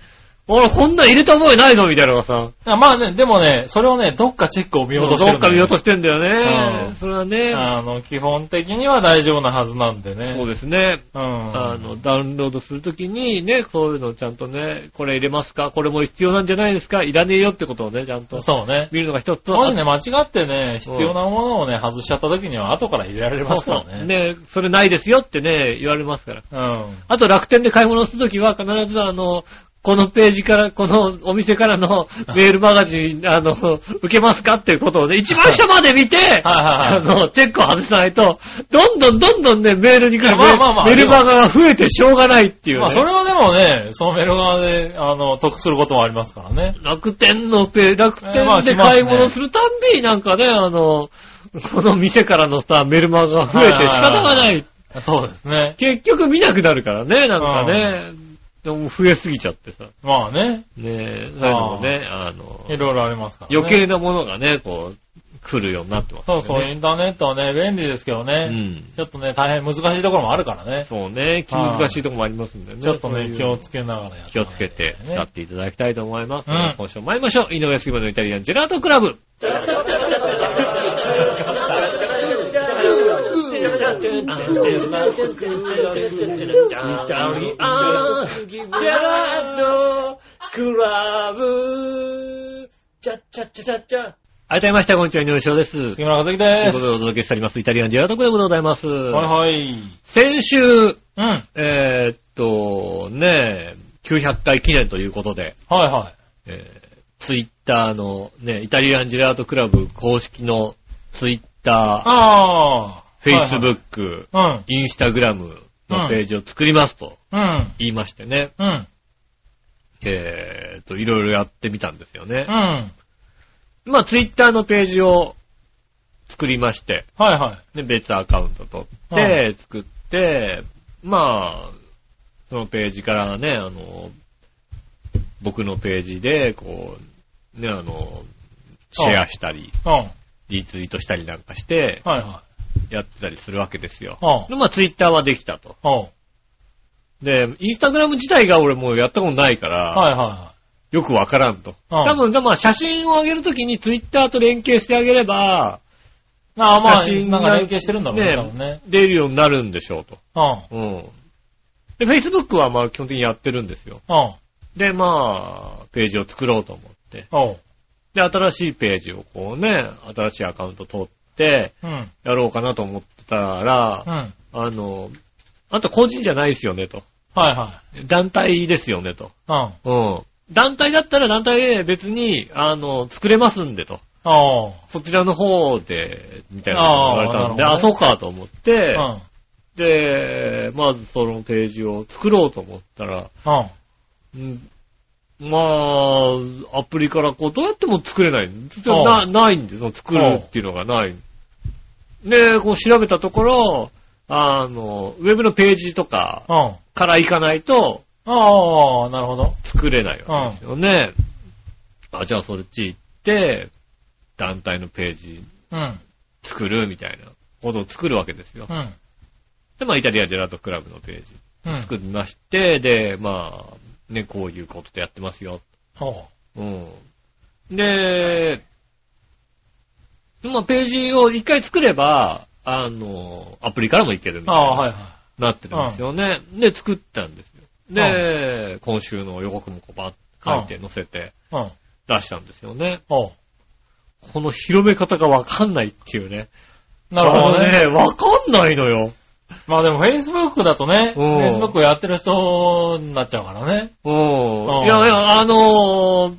B: 俺、こんなん入れた覚えないぞ、みたいなのがさ。
C: あまあね、でもね、それをね、どっかチェックを見落として
B: ど
C: る
B: っ
C: んだ
B: か
C: よね、
B: 見落としてんだよ
C: う
B: ね。
C: ん
B: それはね。
C: あの、基本的には大丈夫なはずなんでね。
B: そう
C: う
B: ですね。
C: ん。
B: あ
C: あ
B: の、、ダウンロードするときにね、そういうのをちゃんとね、これ入れますかこれも必要なんじゃないですかいらねえよってことをね、ちゃんと
C: そうね。
B: 見るのが一つと。
C: もしね、間違ってね、必要なものをね、外しちゃった時には後から入れられ
B: そ
C: ま
B: う
C: すか
B: そ
C: ら
B: う。
C: ね。
B: ね、それないですよってね、言われますから。
C: うん。
B: あと楽天で買い物するときは必ずあの、このページから、このお店からのメールマガジン、あの、受けますかっていうことをね、一番下まで見て、
C: はい
B: あの、チェックを外さないと、どんどんどんどんね、メールに来る
C: まあまあまあ
B: メールマガが増えてしょうがないっていうね。
C: まあ、それはでもね、そのメール側で、あの、得することもありますからね。
B: 楽天のペイ、楽
C: えーま
B: 天
C: あ
B: で
C: 来ます
B: 買い
C: ね
B: 物するたんび、なんかね、あの、この店からのさ、メルマガが増えて仕方が
C: はいは
B: ないい。
C: そうですね。
B: 結局見なくなるからね、なんかね。でも増えすぎちゃってさ。
C: まあね、
B: ねえ、そういうのもね、あの、
C: いろいろありますからね。
B: 余計なものがね、こう、来るようになってます
C: そ
B: よね。
C: うそう、インターネットはね、便利ですけど
B: う
C: ね。
B: ん。
C: ちょっとね、大変難しいところもあるからね。
B: そうね、気難しいとこもありますんでね。
C: ちょっと
B: そうい
C: ね、
B: う
C: 気をつけながらやって
B: 気をつけて使っていただきたいと思います。
C: うん
B: 今週も参りましょう。井上杉本のイタリアンジェラートクラブ。改めまして、こんにちは、井上翔です。という
C: 杉村和樹で
B: こと
C: す。
B: でお届けしております、イタリアンジェラートクラブでございます。
C: はいはい。
B: 先週、
C: うん。
B: えーっと、ねえ、900回記念ということで、
C: はいはい。
B: えー、ツイッターの、ね、イタリアンジェラートクラブ公式のツイッタ
C: ああ。
B: ー、フェイス
C: ッ
B: ブック、
C: ク。うん。
B: インスタグラムのページを作りますと
C: うん。
B: 言いましてね、
C: うん。
B: えーと、いろいろやってみたんですよね
C: うん。。はい
B: まあ、ツイッターのページを作りまして、
C: はい。
B: で、別アカウント取っ
C: は
B: て、作って、まあ、そのページからね、あの、僕のページで、こう、ね、あの、シェアしたり、
C: うん。はい
B: リツイートしたりなんかして、
C: はい。
B: やってたりするわけですよ。
C: あ
B: で、まあ、ツイッターはできたと。
C: あ。おう
B: で、インスタグラム自体が俺もうやったことないから、
C: はいは
B: よくわからんと。
C: うん
B: 多分、まあ、写真を上げるときにツイッターと連携してあげれば、
C: い。ああ、まあ、
B: 写真
C: なんか連携してるんだろうね、
B: ね
C: 多分ね。
B: 出るようになるんでしょうと。
C: うん。
B: うん。で、Facebook はまあ基本的にやってるんですよ。
C: うん。
B: で、まあ、ページを作ろうと思って。
C: おう。
B: で、新しいページをこうね、新しいアカウント取って、
C: うん。
B: やろうかなと思ってたら
C: う、ん。はい
B: あの、あと個人じゃないですよねと。
C: は
B: 団体ですよねと。
C: い。うん。
B: うん。団体だったら団体で別に、あの、作れますんでと。
C: おう。
B: そちらの方で、みたいなこと言われたんで、
C: あーなるほどね
B: あ、そうかと思っ
C: う
B: て、
C: ん。うん。
B: で、まずそのページを作ろうと思ったら、うんまあ、アプリからこう、どうやっても作れない。
C: あ
B: な
C: あ
B: ないんですよ。作るっていうのがない。で、こう調べたところ、あの、ウェブのページとか
C: うん。
B: から行かないと
C: ああ、なるほど。
B: 作れないわけですよね。あ、じゃあそっち行って、団体のページ
C: うん。
B: 作るみたいなことを作るわけですよ
C: う。ん。
B: で、まあ、イタリアジェラートクラブのページ
C: うん。
B: 作りまして、で、まあ、ね、こういうことでやってますよ
C: おう。
B: うん。で、まあ、ページを一回作れば、あの、アプリからもいけるみたい
C: ああ、
B: な、
C: はいは
B: なってるんですよね。で、作ったんですよ。で、今週の予告もこうばっ書いて載せて
C: い。うん。
B: 出したんですよね。
C: おう。
B: この広め方がわかんないっていうね。
C: なるほどね。
B: あのね。わかんないのよ。
C: まあでも Facebook だとね、
B: うん
C: Facebook をやってる人になっちゃうからね。
B: うん
C: う。ん
B: いやいや、あのー、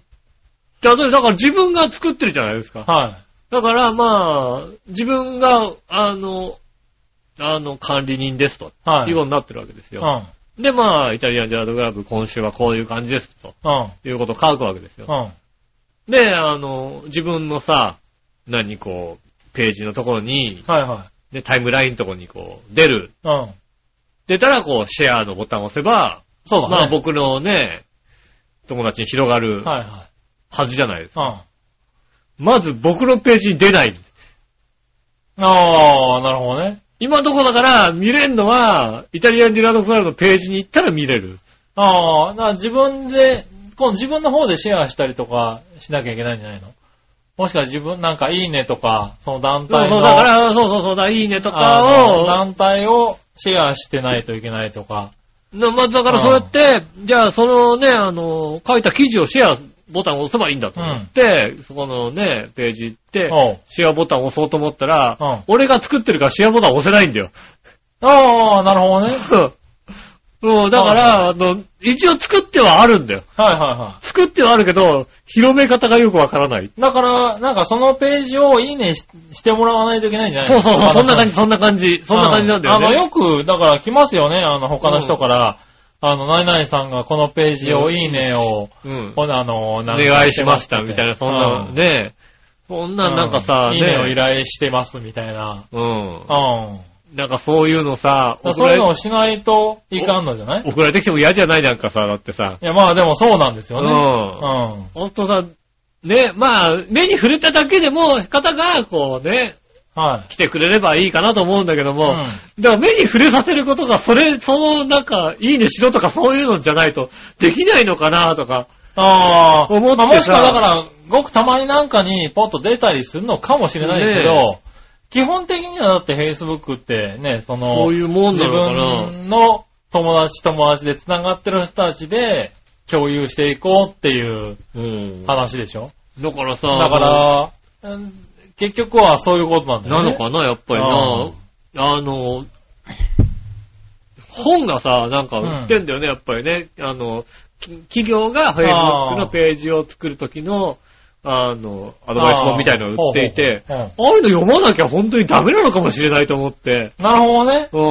B: 例えばだから自分が作ってるじゃないですか。
C: は
B: だから、まあ、自分が、あの、あの、管理人ですと、
C: い。はい。
B: いうことになってるわけです
C: うん。
B: よ。で、まあ、イタリアンジェラートクラブ、今週はこういう感じです、と
C: うん。
B: いうことを書くわけですよ。
C: うん。
B: で、あの、自分のさ、何、こう、ページのところに、
C: はいは
B: で、タイムラインのところにこう、出る。
C: い。うん。
B: 出たら、こう、シェアのボタンを押せば、
C: そうだね。
B: まあ、僕のね、友達に広がる
C: はいはい。
B: はずじゃないですか。
C: うん。あ
B: まず、僕のページに出ない。
C: あー、なるほどね。
B: 今どこだから見れるのは、イタリアンディラードクラブのページに行ったら見れる。
C: ああ、な自分で、今度自分の方でシェアしたりとかしなきゃいけないんじゃないのもしか自分、なんかいいねとか、その団
B: そう
C: 体
B: そ
C: の、
B: う、だから、そうそうそうだ、いいねと
C: あの
B: か
C: 団体をシェアしてないといけないとか。
B: を、なまずだからそうやって、じゃあそのね、あの、書いた記事をシェアボタンを押せばいいんだと思って、そこのね、ページ行って、
C: おう
B: シェアボタンを押そうと思ったら、
C: うん
B: 俺が作ってるからシェアボタンを押せないんだよ。
C: ああ、なる ほどね。
B: そう、だから、あの、一応作ってはあるんだよ。
C: はいはいは
B: 作ってはあるけど、広め方がよくわからない。
C: い。だから、なんかそのページをいいねししてもらわないといけないんじゃない
B: そう
C: の
B: そうそう、そんな感じ、
C: う
B: そんな感じ、そんな感じなんだよね。
C: あの、よく、だから来ますよね、あの、他の人から、あの、ナイナイさんがこのページをいいねを、
B: うん。
C: ほなあの、お
B: お願いしました、みたいな、そんなの、ね。そんな、なんかさ、
C: いいねを
B: ね
C: 依頼してます、みたいな。
B: うん
C: う。ん。
B: なんかそういうのさ、
C: だから
B: 送
C: そう
B: ら
C: いうのを
B: れ、
C: しないといかんのじゃない
B: 送られてきても嫌じゃないなんかさ、だってさ。
C: いや、まあでもそうなんですよね。
B: うん。
C: う
B: ほんとさ、ね、まあ、目に触れただけでも、方が、こうね、
C: ん。はい。
B: 来てくれればいいかなと思うんだけど
C: う
B: も、だから目に触れさせることが、それ、その、なんか、いいねしろとかそういうのじゃないと、できないのかなとか、
C: ああ、
B: 思ってさ
C: まあもしかだから、ごくたまになんかにポッと出たりするのかもしれないけど、
B: ね
C: 基本的にはだって Facebook ってね、その、
B: そういうもんな
C: 自
B: のかな。
C: 分の友達友達で繋がってる人たちで共有していこうっていう
B: うん。だ
C: 話でしょ。
B: からさ、
C: だから、うん結局はそういうことなんだよ
B: な
C: ね。
B: のかな、やっぱりな。あの、本がさ、なんか売ってんだよね、やっぱりね。あの、き企業が Facebook のページを作るときの、あの、アドバイス本みたいなのを売っていて、
C: あーほうほう
B: ああいうの読まなきゃ本当にダメなのかもしれないと思って、
C: うんなるほどね。
B: う。
C: う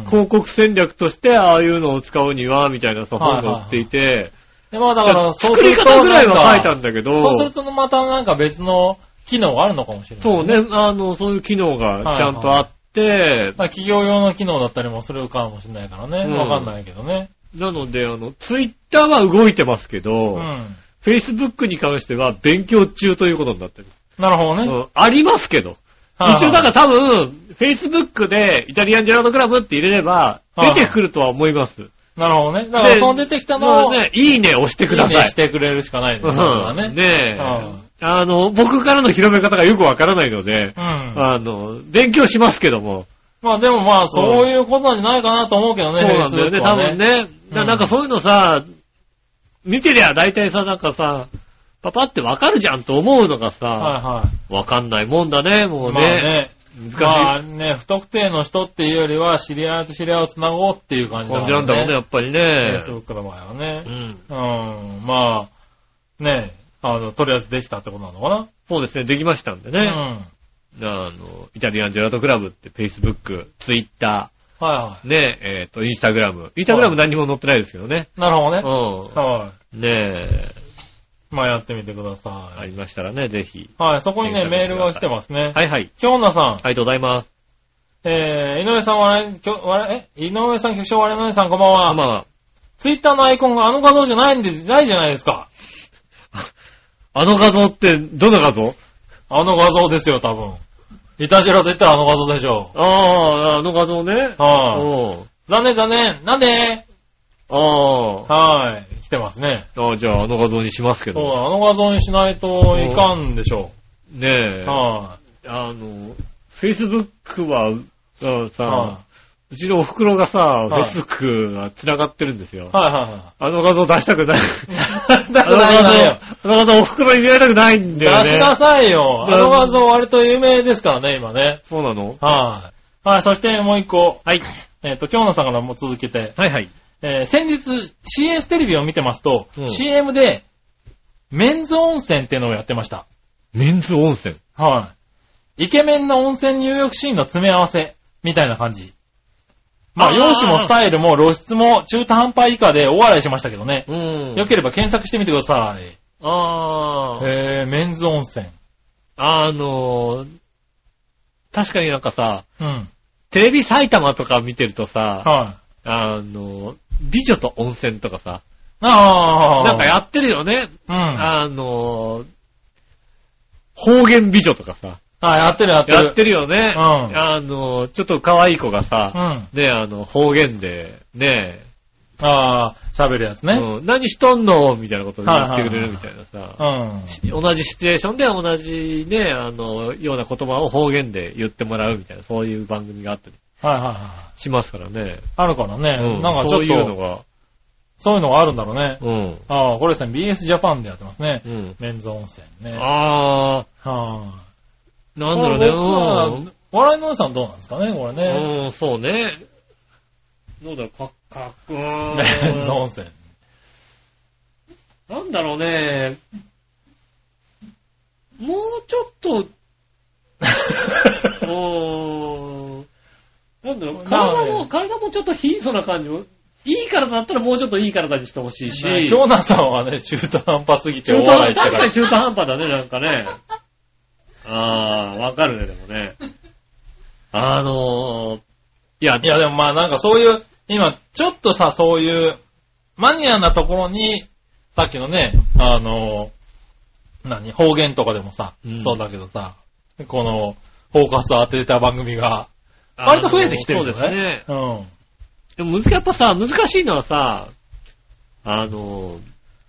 C: んん。
B: 広告戦略としてああいうのを使うには、みたいなさ、本が売っていて、
C: で、まあだから、そう
B: 作
C: す
B: り
C: ると。
B: 方ぐらいは書いたんだけど、
C: そうするとまたなんか別の機能があるのかもしれない。
B: そう。ね、あの、そういう機能がちゃんとあって、
C: まあ企業用の機能だったりもするかもしれないからね。
B: うん
C: わかんないけどね。
B: なので、あの、ツイッターは動いてますけ
C: う
B: ど、
C: ん。
B: フェイスブックに関しては勉強中ということになってる。
C: なるほど
B: う
C: ね。
B: んありますけど。
C: はい
B: 一応だから多分、フェイスブックでイタリアンジェラートクラブって入れれば、
C: は
B: 出て
C: い
B: くるとは思います。
C: なるほどね。だから、
B: で
C: その出てきたの
B: も
C: を、
B: う
C: い
B: ね、いいね押してくだ
C: い
B: さ
C: ね
B: い
C: し。てくれるしかないですね。それは
B: うん
C: ね
B: ねえ
C: うん。
B: あの、僕からの広め方がよくわからないので、
C: うん。
B: あの、勉強しますけども。
C: まあでもまあ、そういうことなんじゃないかなと思うけどね。
B: そうなんだよ
C: Facebook
B: ね、
C: は
B: 多分。ね。だ
C: うん
B: なんかそういうのさ、見てりゃ大体さ、なんかさ、パパってわかるじゃんと思うのがさ、
C: はいはい。
B: わかんないもんだね、もう
C: まあ
B: ね。
C: ね。
B: 難しい
C: まあね、不特定の人っていうよりは、知り合いと知り合いを繋ごうっていう感じだ
B: 感じなんだもんね、やっぱりね。
C: Facebook の場合はね
B: う。ん。
C: うん、まあ、ねあの、とりあえずできたってことなのかな。
B: そうですね、できましたんでね。あの、イタリアンジェラートクラブって、Facebook、Twitter、
C: うん。は
B: ね、えっ、と、Instagram。Instagram 何も載ってないですけどね。
C: いはい。なるほどね。
B: う
C: は
B: ん。ねえ、
C: い。まあやってみてくだ
B: あ
C: さい。
B: りましたらね、ぜひ。
C: はい、そこにね、メールが来てますね。
B: はいはい。
C: 京奈さん。
B: ありがとうございます。
C: えー、井上さん、笑い、きょ笑い、え井上さん、局長、笑いの上さん、こんばん
B: まあ
C: は。
B: まあ、
C: ツイッターのアイコンがあの画像じゃないんです、ないじゃないですか。
B: あの画像って、どの画像
C: あの画像ですよ、多分。いたじらと言ったらあの画像でしょ
B: ああ、あの画像ね。
C: う。はい、
B: うん。
C: 残念、残念。なんで
B: ああ。
C: はい。来てますね。
B: ああ、じゃああの画像にしますけ
C: そう、
B: ど。
C: あの画像にしないといかんでしょ
B: ね
C: う。
B: え。
C: は
B: あの、Facebook は、あ
C: い、
B: さ、
C: は
B: うちのお袋がさ、
C: い
B: Facebook が繋がってるんですよ
C: い。。はいはいはい。
B: あの画像出したくない。
C: 出したくないのよ
B: あの画像、あの画像お袋に見られたくないんだ
C: 出
B: よね。
C: しなさいよ。あの画像割と有名ですからね、今ね。
B: そうなの
C: はい。はい、そしてもう一個。
B: はい。
C: えっ、と、京野さんからも続けて。
B: はいはい。
C: えー先日 CS テレビを見てますと、
B: うん
C: CM で、メンズ温泉っていうのをやってました。
B: メンズ温泉。
C: はい。イケメンの温泉入浴シーンの詰め合わせ、みたいな感じ。まあ、
B: あー
C: 容姿もスタイルも露出も中途半端以下で大笑いしましたけどね。
B: うん
C: よければ検索してみてください。
B: ああ。
C: えー、メンズ温泉。
B: あのー、確かになんかさ、
C: うん。
B: テレビ埼玉とか見てるとさ、
C: はい。
B: あのー、美女と温泉とかさ、
C: ああ。
B: なんかやってるよね。
C: うん。あ
B: あのー、方言美女とかさ、
C: やってるやってる。
B: やってるよね。
C: うん
B: あのー、ちょっと可愛い子が
C: う
B: さ、
C: ん。
B: ね、あの、方言で、ね、
C: ああ、喋るやつね。
B: うん何しとんのみたいなことで言ってくれるみたいな
C: う
B: さ、
C: ん。
B: 同じシチュエーションで同じね、あの、ような言葉を方言で言ってもらうみたいな、そういう番組があったり
C: はいはいはい。
B: しますからね。
C: あるからね。
B: うん
C: なんかち
B: そ
C: ょ
B: う
C: っ
B: いうの
C: と、
B: が。
C: そういうのがあるんだろうね。
B: うん。
C: ああ、これですね、BS ジャパンでやってますね。
B: うん。
C: メンズ温泉ね。
B: あ
C: は
B: あ、
C: あ。
B: なんだろうね。
C: 笑いのおじさんどうなんですかね、これ
B: う
C: ね。
B: ん。うん、そうね。どうだろう、かっ、かっこいい
C: メンズ 温泉。
B: なんだろうね。もうちょっと、おーなんだろう、体
C: まあ
B: も、
C: ね
B: 体もちょっと貧相な感じも、いい体だったらもうちょっといい体にしてほしいし、
C: ね京奈さんはね、中途半端すぎて
B: 中
C: お
B: 途
C: 笑い
B: 半確
C: ってか
B: からに。中途半端だね、なんかね。ああ、わかるね、でもね。あのー、いや、
C: いや、でもまあなんかそういう、今、ちょっとさ、そういう、マニアなところに、さっきのね、あの、何、方言とかでもさ、
B: うん
C: そうだけどさ、この、フォーカスを当てた番組が、
B: あのー
C: 割と増えてきてる
B: そう
C: よね
B: ですね。
C: うん。
B: でも難しい、やっぱさ、難しいのはさ、あのー、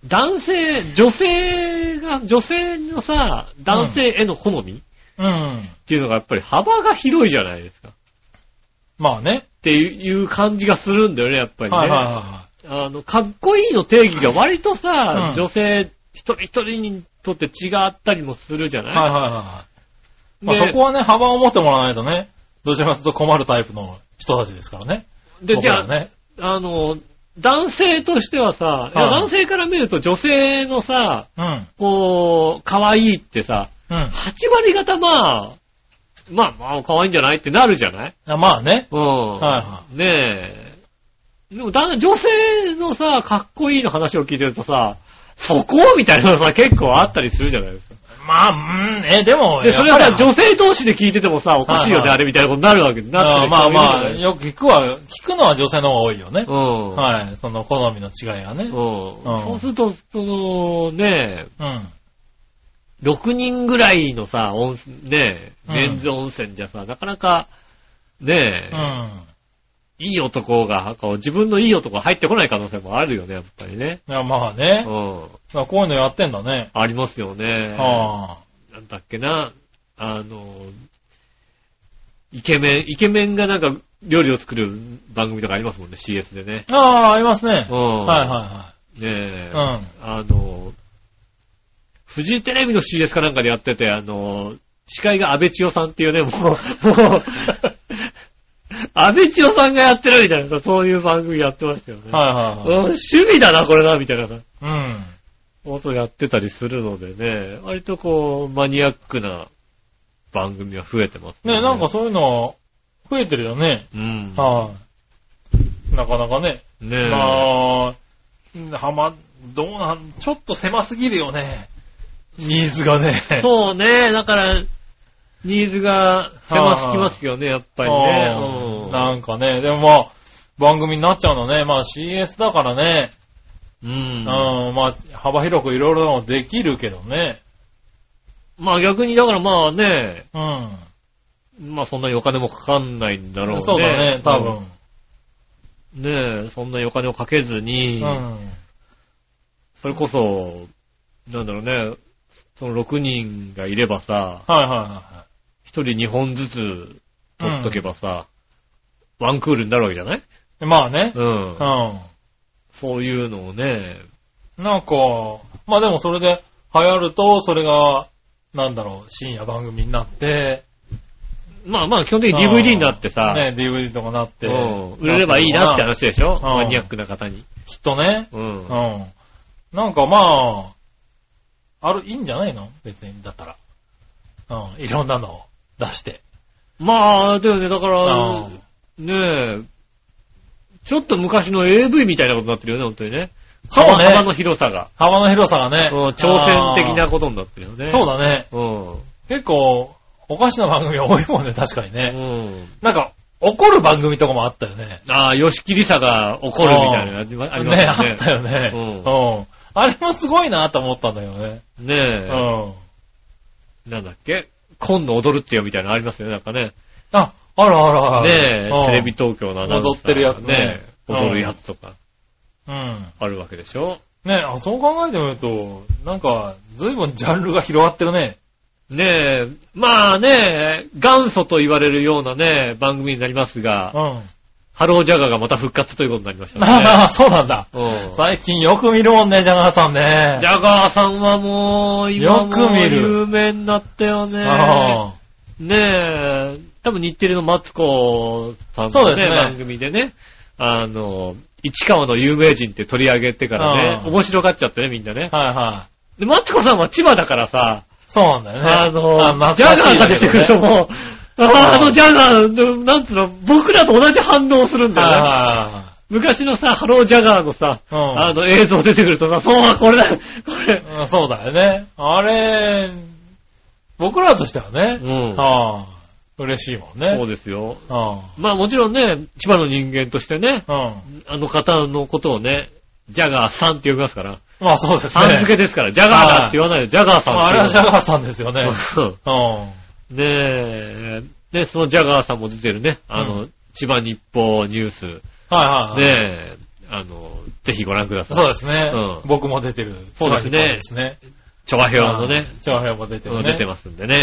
B: 男性、女性が、女性のさ、男性への好み、っ
C: うん。
B: ていうのがやっぱり幅が広いじゃないですか。っ
C: まあね。
B: ていう感じがするんだよね、やっぱりね。
C: はいはいは
B: あの、かっこいいの定義が割とさ、
C: うん。
B: 女性一人一人にとって違ったりもするじゃないい、
C: はいはいはい。まあ
B: で
C: そこはね、幅を持ってもらわないとね、どちらかというと困るタイプの人たちですからね。
B: で、じゃ
C: 僕
B: あ、
C: らね。
B: あの、男性としてはさ、いや
C: はい
B: 男性から見ると女性のさ、
C: うん。
B: こう、可愛いってさ、
C: うん。
B: 8割方まあ、まあまあ、可愛いんじゃないってなるじゃない
C: あまあね。
B: うん。
C: はいは
B: ねえ。でもだ、女性のさ、かっこいいの話を聞いてるとさ、そこみたいなのさ、結構あったりするじゃないですか。
C: まあ、うん、え、でも、
B: で、それはさ、
C: やっぱり
B: 女性同士で聞いててもさ、おかしいよね、
C: はいはい
B: あれみたいなことになるわけになって
C: あ
B: る
C: まあまあ、
B: 人もいるじ
C: よく聞くは、聞くのは女性の方が多いよ
B: ゃな
C: ね。
B: いうん。
C: はい。その好みの違いがね。
B: うん
C: うん
B: そうすると、その、ね
C: うん。
B: え、6人ぐらいのさ、温泉ねえ、
C: うん
B: メンズ温泉じゃさ、なかなか、ねえ、
C: うん。
B: いい男が、こう自分のいい男が入ってこない可能性もあるよね、やっぱりね。
C: いや、まあ
B: う
C: ね。
B: ん。
C: まあこういうのやってんだね。
B: ありますよね。
C: あ
B: なんだっけな、あの、イケメン、イケメンがなんか料理を作る番組とかありますもんね、CS でね。
C: あ。ああ、ありますね
B: うん。。。
C: はいはい
B: ねえ、
C: いはい。うん。
B: あの、フジテレビの CS かなんかでやってて、あの、司会が安倍千代さんっていうね、もう、 もう、安倍千代さんがやってるみたいなさ、そういう番組やってましたよね。
C: はい
B: うん
C: はいはい。
B: 趣味だな、これな、みたいなさ、
C: うん。
B: ことやってたりするのでね、割とこう、マニアックな番組が増えてます
C: ね、なんか、そういうの、増えてるよね。
B: うん。
C: はい。なかなかね。
B: ねえ。
C: まあ、はま、どうなん、ちょっと狭すぎるよね。ニーズがね。う。
B: そうね、だから、ニーズが狭すぎますよね、やっぱりね。うん
C: なんかね、でもまあ、番組になっちゃうのね。まあ CS だからね。
B: うん
C: うん、まあ、幅広くいろいろなのできるけどね。
B: まあ逆に、だからまあね、
C: うん。
B: まあそんなにお金もかかんないんだろうね。
C: そうだね、多分。
B: うん。ねえ、そんなにお金をかけずに、
C: うん。
B: それこそ、なんだろうね、その6人がいればさ、
C: はいはいは
B: 1人2本ずつ取っとけばさ、ワンクールになるわけじゃない
C: い。まあね。
B: うん
C: う。ん。
B: そういうのをね、
C: なんか、まあでもそれで流行ると、それが、なんだろう、深夜番組になって、
B: まあまあ基本的に DVD になってさ、
C: ね、DVD とかなって、
B: うん売れればいいなって
C: なるのか
B: 話でしょ
C: ん
B: マニアックな方に。
C: な。きっとね。
B: うん
C: う。ん。なんかまあ、ある、いいんじゃないの別に、だったら。うん、いろんなのを出して。
B: まあ、だよね、だか
C: う
B: ら
C: ん、
B: ねえ、ちょっと昔の AV みたいなことになってるよね、本当にね。
C: そうね
B: 幅幅の広さが。
C: 幅の広さがね
B: う、ん挑戦的なことになってるよね。
C: そうだね。
B: うん。
C: 結構、おかしな番組多いもんね、確かに
B: う
C: ね。
B: ん。
C: なんか、怒る番組とかもあったよね。
B: ああ、吉切りさが起こるみたいなのありまありま
C: ね、
B: した
C: あ
B: ね
C: ったよね。
B: う
C: うん。あれもすごいなと思ったんだよね。う
B: ね
C: ん。
B: え、なんだっけ今度踊るってよみたいなのありますよね、なんかね。
C: あ、あらあらあら。
B: ね
C: うん
B: え、テレビ東京のアナウンサー
C: 踊ってるやつね
B: 踊るやつとか
C: うん。
B: あるわけでしょ。
C: ねあ、そう考えてみると、なんか、随分ジャンルが広がってるね。
B: ねえ、まあねえ、元祖と言われるようなね、番組になりますが、
C: うん。
B: ハロージャガーがまた復活ということになりま したね。
C: ああ、そうなんだ。
B: うん
C: 最近よく見るもんね、ジャガーさんね。
B: ジャガーさんはもう、今
C: よく
B: もう
C: 見る
B: 有名になったよね。
C: あ
B: ねえ、多分日テレのマツコさん
C: そ
B: の
C: うで
B: ね、
C: すね
B: 番組でね、あの、市川の有名人って取り上げてからね、
C: うん
B: 面白がっちゃってね、みんなね
C: あ。。はいはい。
B: で、マツコさんは千葉だからさ、
C: そうなんだよね。
B: あの、
C: 懐
B: ジャガ
C: かし
B: ー
C: い
B: が
C: だけ
B: 出て
C: ど
B: くると
C: ね
B: もう、ああのジャガー、なんつうの、僕らと同じ反応するんだ
C: は
B: よ
C: い
B: ね。昔のさ、ハロージャガーのさ、
C: はいはい。うん。
B: あの映像出てくるとさ、そう、これだ、これ。
C: うんそうだよね。あれ、僕らとしてはね、
B: うん
C: はあ、嬉しいもんね。
B: そう
C: で
B: ですよ。
C: す。は
B: まあもちろんね、千葉の人間としてね、
C: あ、
B: あの方のことをね、ジャガーさんって呼びますから。
C: うん。まあそうです
B: さん付け
C: ね。
B: ですから、ジャガーだって言わないで、ジャガーさん
C: まあ、あれは
B: っ
C: ジ
B: て
C: ャガーさんですよね。
B: 言う。
C: うん。
B: ねえ、で、そのジャガーさんも出てるね、あの、
C: う
B: 千葉日報ニュース、
C: はいはいはい。
B: ねえ、あの、ぜひご覧ください。
C: そうですね。
B: うん
C: 僕も出てる。
B: そうですね
C: そうですね。
B: チョアヘアのね、
C: 長平も出てる、
B: うん
C: ね。
B: 出てますんでね、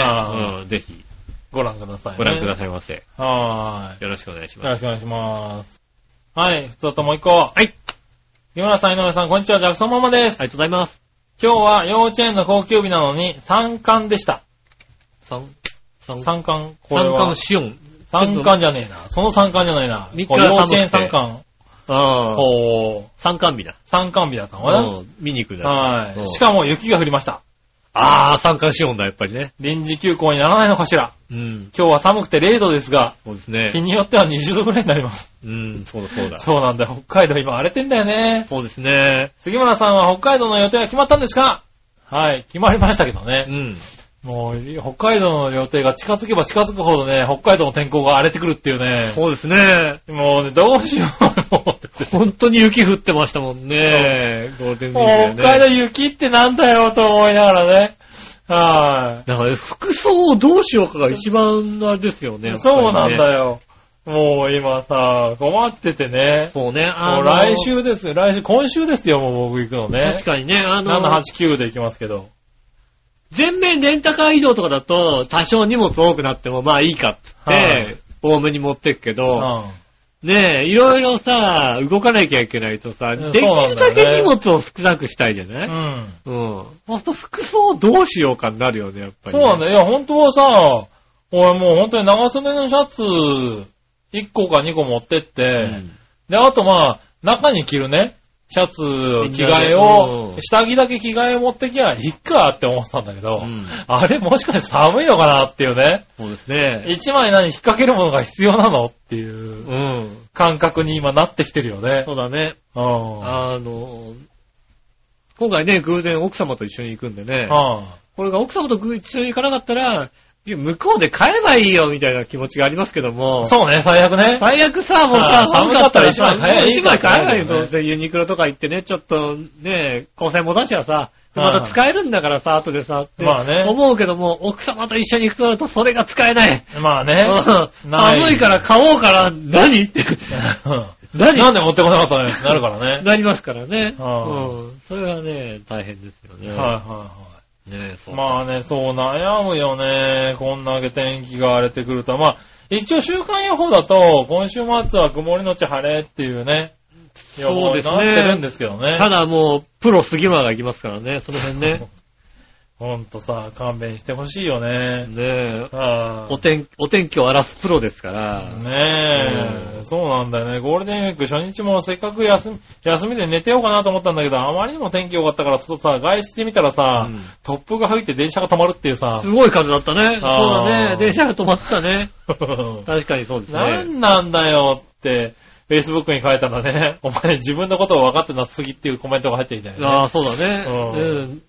B: う
C: あ
B: んぜひ
C: ご覧ください、ね。
B: ご覧くださいませ。
C: い。はー
B: よろしくお願いし
C: い。よ
B: ま
C: ろ
B: す。。
C: しくお願いします。はい。それともう一個。はい木村さん、井上さん、こんにちは。ジャクソンママです。
B: ありがとうございます。
C: 今日は幼稚園の高級日なのに、三冠でした。
B: 三、三、
C: 三冠、これ
B: 三
C: は
B: 冠。シオン。
C: 三冠じゃねえな。その三冠じゃないな。
B: 三日
C: こう幼稚園三
B: 寒くて
C: 冠。
B: ああ。
C: こう、
B: 参観日だ。
C: 三冠日だったのか
B: うん。見に行くんだ
C: な。は
B: うん
C: い。しかも雪が降りました。
B: ああ、参観しようんだ、やっぱりね。
C: 臨時休校にならないのかしら。
B: うん。
C: 今日は寒くて0度ですが、
B: そうですね
C: 日。によっては20度ぐらいになります。
B: うん、そうだ、そうだ。
C: そうなんだよ。北海道今荒れてんだよね。
B: そうですね。
C: 杉村さんは北海道の予定が決まったんですかはい、決まりましたけど
B: う
C: ね。
B: ん。
C: もう、北海道の予定が近づけば近づくほどね、北海道の天候が荒れてくるっていうね。
B: そうですね。
C: もうね、どうしよう。
B: 本当に雪降ってましたもんね。ゴールデンウィー
C: 北
B: クで
C: 海道
B: ね。
C: 雪ってなんだよと思いながらね。は
B: だからね服装をどうしようかが一番あれですよね。やっぱ
C: い、
B: り
C: そう
B: ね
C: なんだ。よ。もう今さ、困っててね。
B: そうね。あ
C: もう
B: の
C: 来週ですよ。来週、今週ですよ、もう僕行くのね。
B: 確かにね、あ
C: 7、
B: の、
C: 8、9で行きますけど。
B: 全面レンタカー移動とかだと、多少荷物多くなってもまあいいかっつって、
C: はい
B: 多めに持ってくけ
C: う
B: ど、
C: ん。
B: ねえ、いろいろさ、動かなきゃいけないとさ、
C: うん
B: でき
C: そうなん
B: る
C: だよ
B: だ
C: ね
B: け荷物を少なくしたいじゃない、
C: うん。
B: うん。そうすると服装どうしようかになるよね、やっぱり、
C: そうなんだよ。いや、本当はさ、俺もう本当に長袖のシャツ、1個か2個持ってって、
B: うん
C: で、あとまあ、中に着るね、シャツ、着替え
B: う
C: を、
B: ん
C: 下着だけ着替え持ってきゃいいかって思ってたんだけど、
B: うん
C: あれもしかして寒いのかなっていうね、
B: そうですね。
C: 一枚何引っ掛けるものが必要なのっていう
B: うん。
C: 感覚に今なってきてるよね
B: そ。うだね。
C: うん。は
B: あの、今回ね、偶然奥様と一緒に行くんでね、
C: あ
B: これが奥様とぐ一緒に行かなかったら、いや向こうで買えばいいよみたいな気持ちがありますけども、
C: そうね、最悪 ね。
B: 最悪さ、もう
C: あ
B: さ
C: ー、
B: 寒かったら
C: 寒かったら一枚買
B: 一枚買
C: えばいい
B: えないよ、
C: 買えばいいよ
B: ど
C: ね
B: うせユニクロとか行ってね、ちょっとね、光線も出しゃさ、
C: うん
B: また使えるんだからさ、後でさ、って
C: まあね
B: 思うけども、奥様と一緒に行くとなるとそれが使えない。
C: まあ
B: う
C: ね
B: ん。
C: な
B: 寒いから買おうから、何って
C: 何なんで持ってこなかったのよってなるからね。
B: なりますからね。
C: うん
B: うん。それはね、大変ですよね。
C: はいは
B: ね
C: いはい。まあね、そう悩むよね。こんだけ天気が荒れてくると。まあ、一応週間予報だと、今週末は曇りのち晴れっていうね、予
B: そう
C: 報
B: で
C: に
B: すね
C: なってるんですけどね
B: た。だもう、プロ杉村が行きますからね、その辺 ね。
C: ほんとさ、勘弁してほしいよね。
B: ねえ
C: は
B: お天、お天気を荒らすプロですから。
C: いね
B: う
C: え、
B: ん
C: そうなんだよね。ゴールデンウィーク初日もせっかく休み、休みで寝てようかなと思ったんだけど、あまりにも天気良かったから、外さ、外出してみたらさ、
B: うん
C: 突風が吹いて電車が止まるっていう さ
B: す、ごい風だったね。そうだ
C: あ
B: ね
C: ー。
B: 電車が止まってたね。確かにそうですね。
C: なんなんだよって、Facebook に書いたらね、 お前自分のことを分かってなすぎっていうコメントが入ってきたよね。
B: ああ、そうだね。
C: う
B: うんん。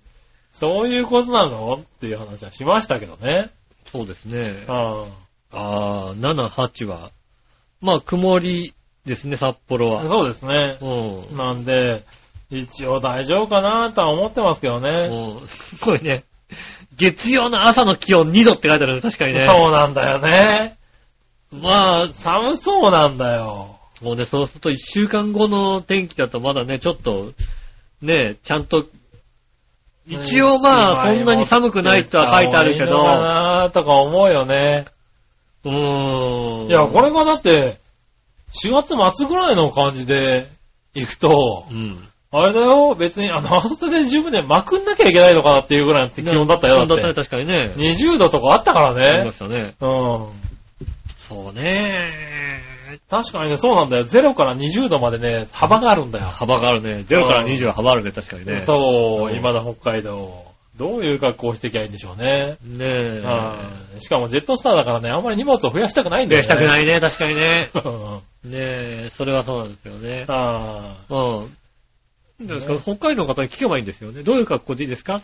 C: そういうことなのっていう話はしましたけどね。
B: そうですね。
C: うん
B: ああ、7、8は。まあ、曇りですね、札幌は。
C: そうですね
B: う。ん。
C: なんで、一応大丈夫かなとは思ってますけどね。
B: うん。すごいね。月曜の朝の気温2度って書いてあるね、確かにね。
C: そうなんだよね。
B: まあ、
C: 寒そうなんだよ。
B: もうね、そうすると1週間後の天気だとまだね、ちょっと、ね、ちゃんと、一応まあ、そんなに寒くないとは書いてあるけ
C: 一枚持ってった方がいいのか
B: ど、
C: なとか思うよね。
B: うーん。
C: いや、これがだって、4月末ぐらいの感じで行くと
B: う、ん。
C: あれだよ、別に、あの、半袖で十分でまくんなきゃいけないのかなっていうぐらいの気温だったよ、
B: 気温
C: だって。
B: 確かにね。
C: 20度とかあったか
B: あり
C: ら
B: ま
C: ね。
B: したね。
C: うん。
B: そうね。
C: 確かにね、そうなんだよ。0から20度までね、幅があるんだよ。
B: 幅があるね。0から20は幅あるね、確かにね。
C: そう、
B: うん
C: 今だ北海道。どういう格好をしていきゃいいんでしょうね。
B: う。ねえ。
C: はいしかもジェットスターだからね、あんまり荷物を増やしたくないんだ
B: 増
C: よ
B: や
C: ね。
B: したく
C: い。
B: ないね、確かにね。
C: あ
B: ねえ、それはそうなんですよね。
C: あ
B: うん。なんです
C: ね
B: か、北海道の方に聞けばいいんですよね。どういう格好でいいですか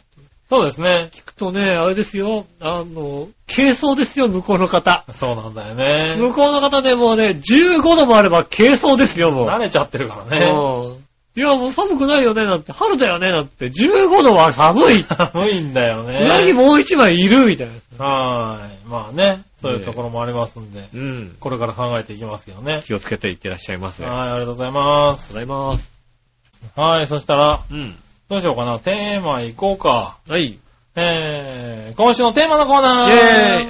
C: そうですね。
B: 聞くとね、あれですよ、あの、軽装ですよ、向こうの方。
C: そうなんだよね
B: 向。こうの方でもうね、15度もあれば軽装ですよ、もう。
C: 慣れちゃってるからね。
B: うんいや、もう寒くないよね、なんて、春だよね、なんて、15度は寒 い。
C: 寒いんだよね。
B: 裏にもう一枚いる、みたいな。
C: はーい。まあね、そういうところもありますんで、
B: うん。
C: これから考えていきますけどね。
B: 気をつけていってらっしゃいませ。
C: はい、
B: あ
C: ありがとうございます。
B: りがとうございます。
C: はい、そしたら、
B: うん。
C: どうしようかな。テーマいこうか。
B: はい。イ
C: えー、今週のテーマのコー
B: ェー
C: ナー
B: イ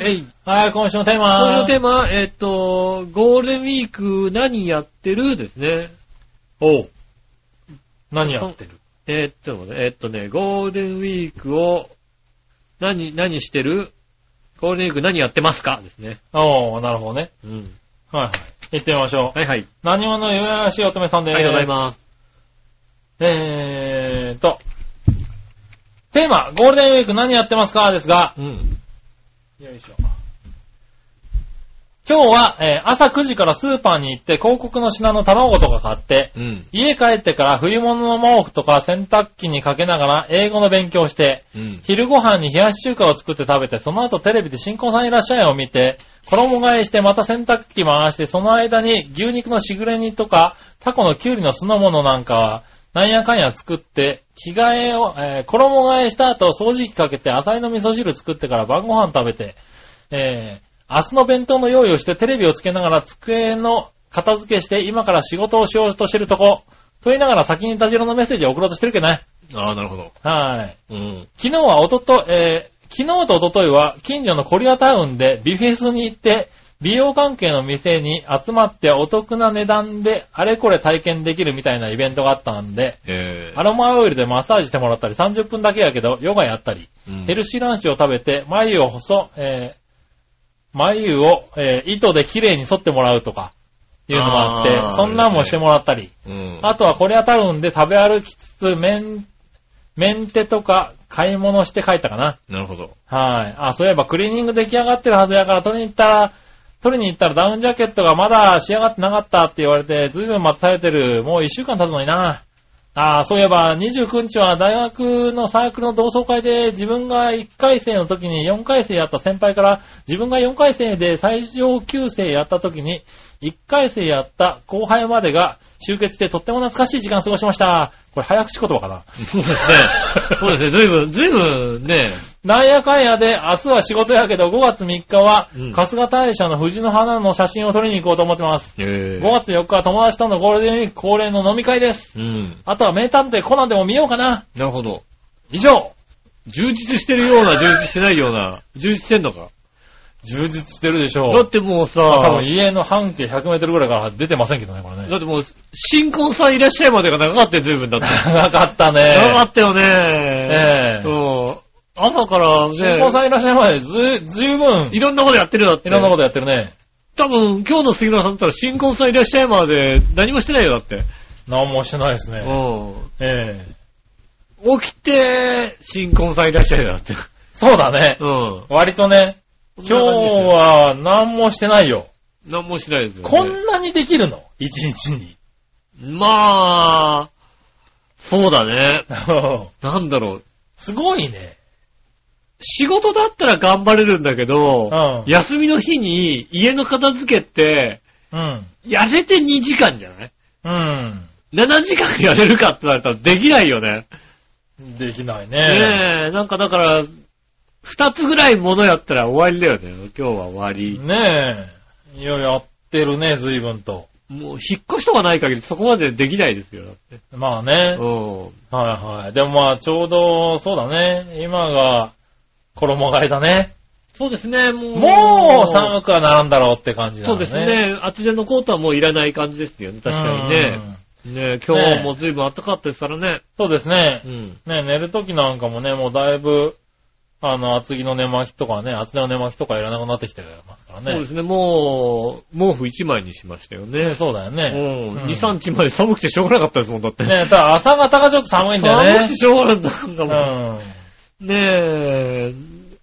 B: えい
C: はい、今週のテー
B: 今週
C: マ
B: のテーマ、えっと、ゴールデンウィーク何やってるですね。
C: おう何やってる
B: えっと、えっとね、ゴールデンウィークを、何、何してるゴールデンウィーク何やってますかですね。
C: おー、なるほどね。
B: うん。
C: はいはい。行ってみましょう。
B: はいはい。
C: 何者よやしい乙女さん
B: あ
C: で
B: り
C: す。
B: がとうございます。
C: えーと、テーマ、ゴールデンウィーク何やってますかですが、
B: うん。
C: よいしょ。今日は、えー朝9時からスーパーに行って広告の品の卵とか買って、
B: うん。
C: 家帰ってから冬物の毛布とか洗濯機にかけながら英語の勉強をして、
B: うん。
C: 昼ご飯に冷やし中華を作って食べて、その後テレビで新婚さんいらっしゃいを見て、衣替えしてまた洗濯機回して、その間に牛肉のしぐれ煮とか、タコのきゅうりの酢の物なんかは、なんやかんや作って、着替えを、えー衣替えした後掃除機かけて、アサイの味噌汁作ってから晩ご飯食べて、えー、明日の弁当の用意をしてテレビをつけながら机の片付けして、今から仕事をしようとしてるとこ、と言いながら先にタジロのメッセージを送ろうとしてるけどね。
B: ああ、なるほど。
C: はい。
B: うん。
C: 昨日はおととい、えー昨日とおとといは近所のコリアタウンでビフェスに行って、美容関係の店に集まってお得な値段であれこれ体験できるみたいなイベントがあったんで、
B: え
C: アロマオイルでマッサージしてもらったり、30分だけやけど、ヨガやったり、
B: ー。
C: ヘルシーランチを食べて、眉を細、えー眉を、えー糸で綺麗に剃ってもらうとか、いうのもあっ
B: あー
C: て、そんなんもしてもらったり、
B: うん。
C: あとはコリアタウンで食べ歩きつつ、メン、メンテとか買い物して帰ったかな。
B: なるほど。
C: はい。あ、そういえばクリーニング出来上がってるはずやから取りに行ったら、取りに行ったらダウンジャケットがまだ仕上がってなかったって言われて、ずいぶん待たされてる。もう一週間経つのにな。あそういえば29日は大学のサークルの同窓会で自分が1回生の時に4回生やった先輩から自分が4回生で最上級生やった時に1回生やった後輩までが集結してとっても懐かしい時間を過ごしました。これ早口言葉かな。
B: そうです ね。そうですね。ずいぶん、ずいぶんね、
C: なんやかんやで、明日は仕事やけど、5月3日は
B: うん、
C: 春日大社の藤の花の写真を撮りに行こうと思ってます。
B: え
C: 5月4日は友達とのゴールデンウィーク恒例の飲み会です。
B: うん。
C: あとは名探偵コナンでも見ようかな。
B: なるほど。
C: 以上。
B: 充実してるような、充実してないような。充実してんのか。
C: 充実してるでし
B: だ
C: ょ
B: っ。てもうさ、
C: 多
B: だ
C: 分家の半径100メートルぐらいから出てませんけどね、これね。
B: ってもう、新婚さんいらっしゃいまでが長かったよ、ずいぶんだって。
C: 長かったね。
B: 長かったよね。
C: ええ
B: うん。朝からね、
C: 新婚さんいらっしゃいまでず、ずいぶん、
B: い
C: い
B: ろんなことやってるだって。
C: ろんなことやってるね。
B: 多分、今日の杉村さんだったら新婚さんいらっしゃいまで何もしてないよ、だって。
C: 何もしてないですね。
B: う
C: ええ
B: ん。起きて、新婚さんいらっしゃいよだって。
C: そうだね。
B: うん。
C: 割とね、今日は何もしてないよ。
B: 何もしないですよ、ね。
C: こんなにできるの一日に。
B: まあ、そうだね。なんだろう。
C: すごいね。
B: 仕事だったら頑張れるんだけど、
C: うん
B: 休みの日に家の片付けって、
C: うん。
B: やれて2時間じゃない
C: うん。
B: ?7 時間やれるかって言われたらできないよね。
C: できないね。
B: ねえ、なんかだから、2つぐらいものやったら終わりだよね。今日は終わり。
C: ねえ。いや、やってるね、随分と。
B: もう引っ越しとかない限りそこまでできないですよ。だって
C: まあね。
B: うん。
C: はいはい。でもまあ、ちょうど、そうだね。今が、衣替えだね。
B: そうですね、もう。
C: もう寒くはならんだろうって感じだね。
B: そうです。ね。厚手のコートはもういらない感じですよね。確かにね。。ねえ今日も随分暖かかったですからね。
C: そうですね
B: う。ん。
C: ね、寝るときなんかもね、もうだいぶ、あの、厚着の寝巻きとかね、厚手の寝巻きとかいらなくなってきてますから
B: そうで
C: ね。
B: すね、もう、毛布1枚にしましたよね。
C: そうだよ
B: う
C: ね。
B: ん。
C: うん
B: 2、3日まで寒くてしょうがなかったですもん、だって。
C: ねただ朝方がちょっと寒いんだよ
B: 寒く
C: ね
B: て。しょうがなかったんだ
C: う
B: もん。ねえ、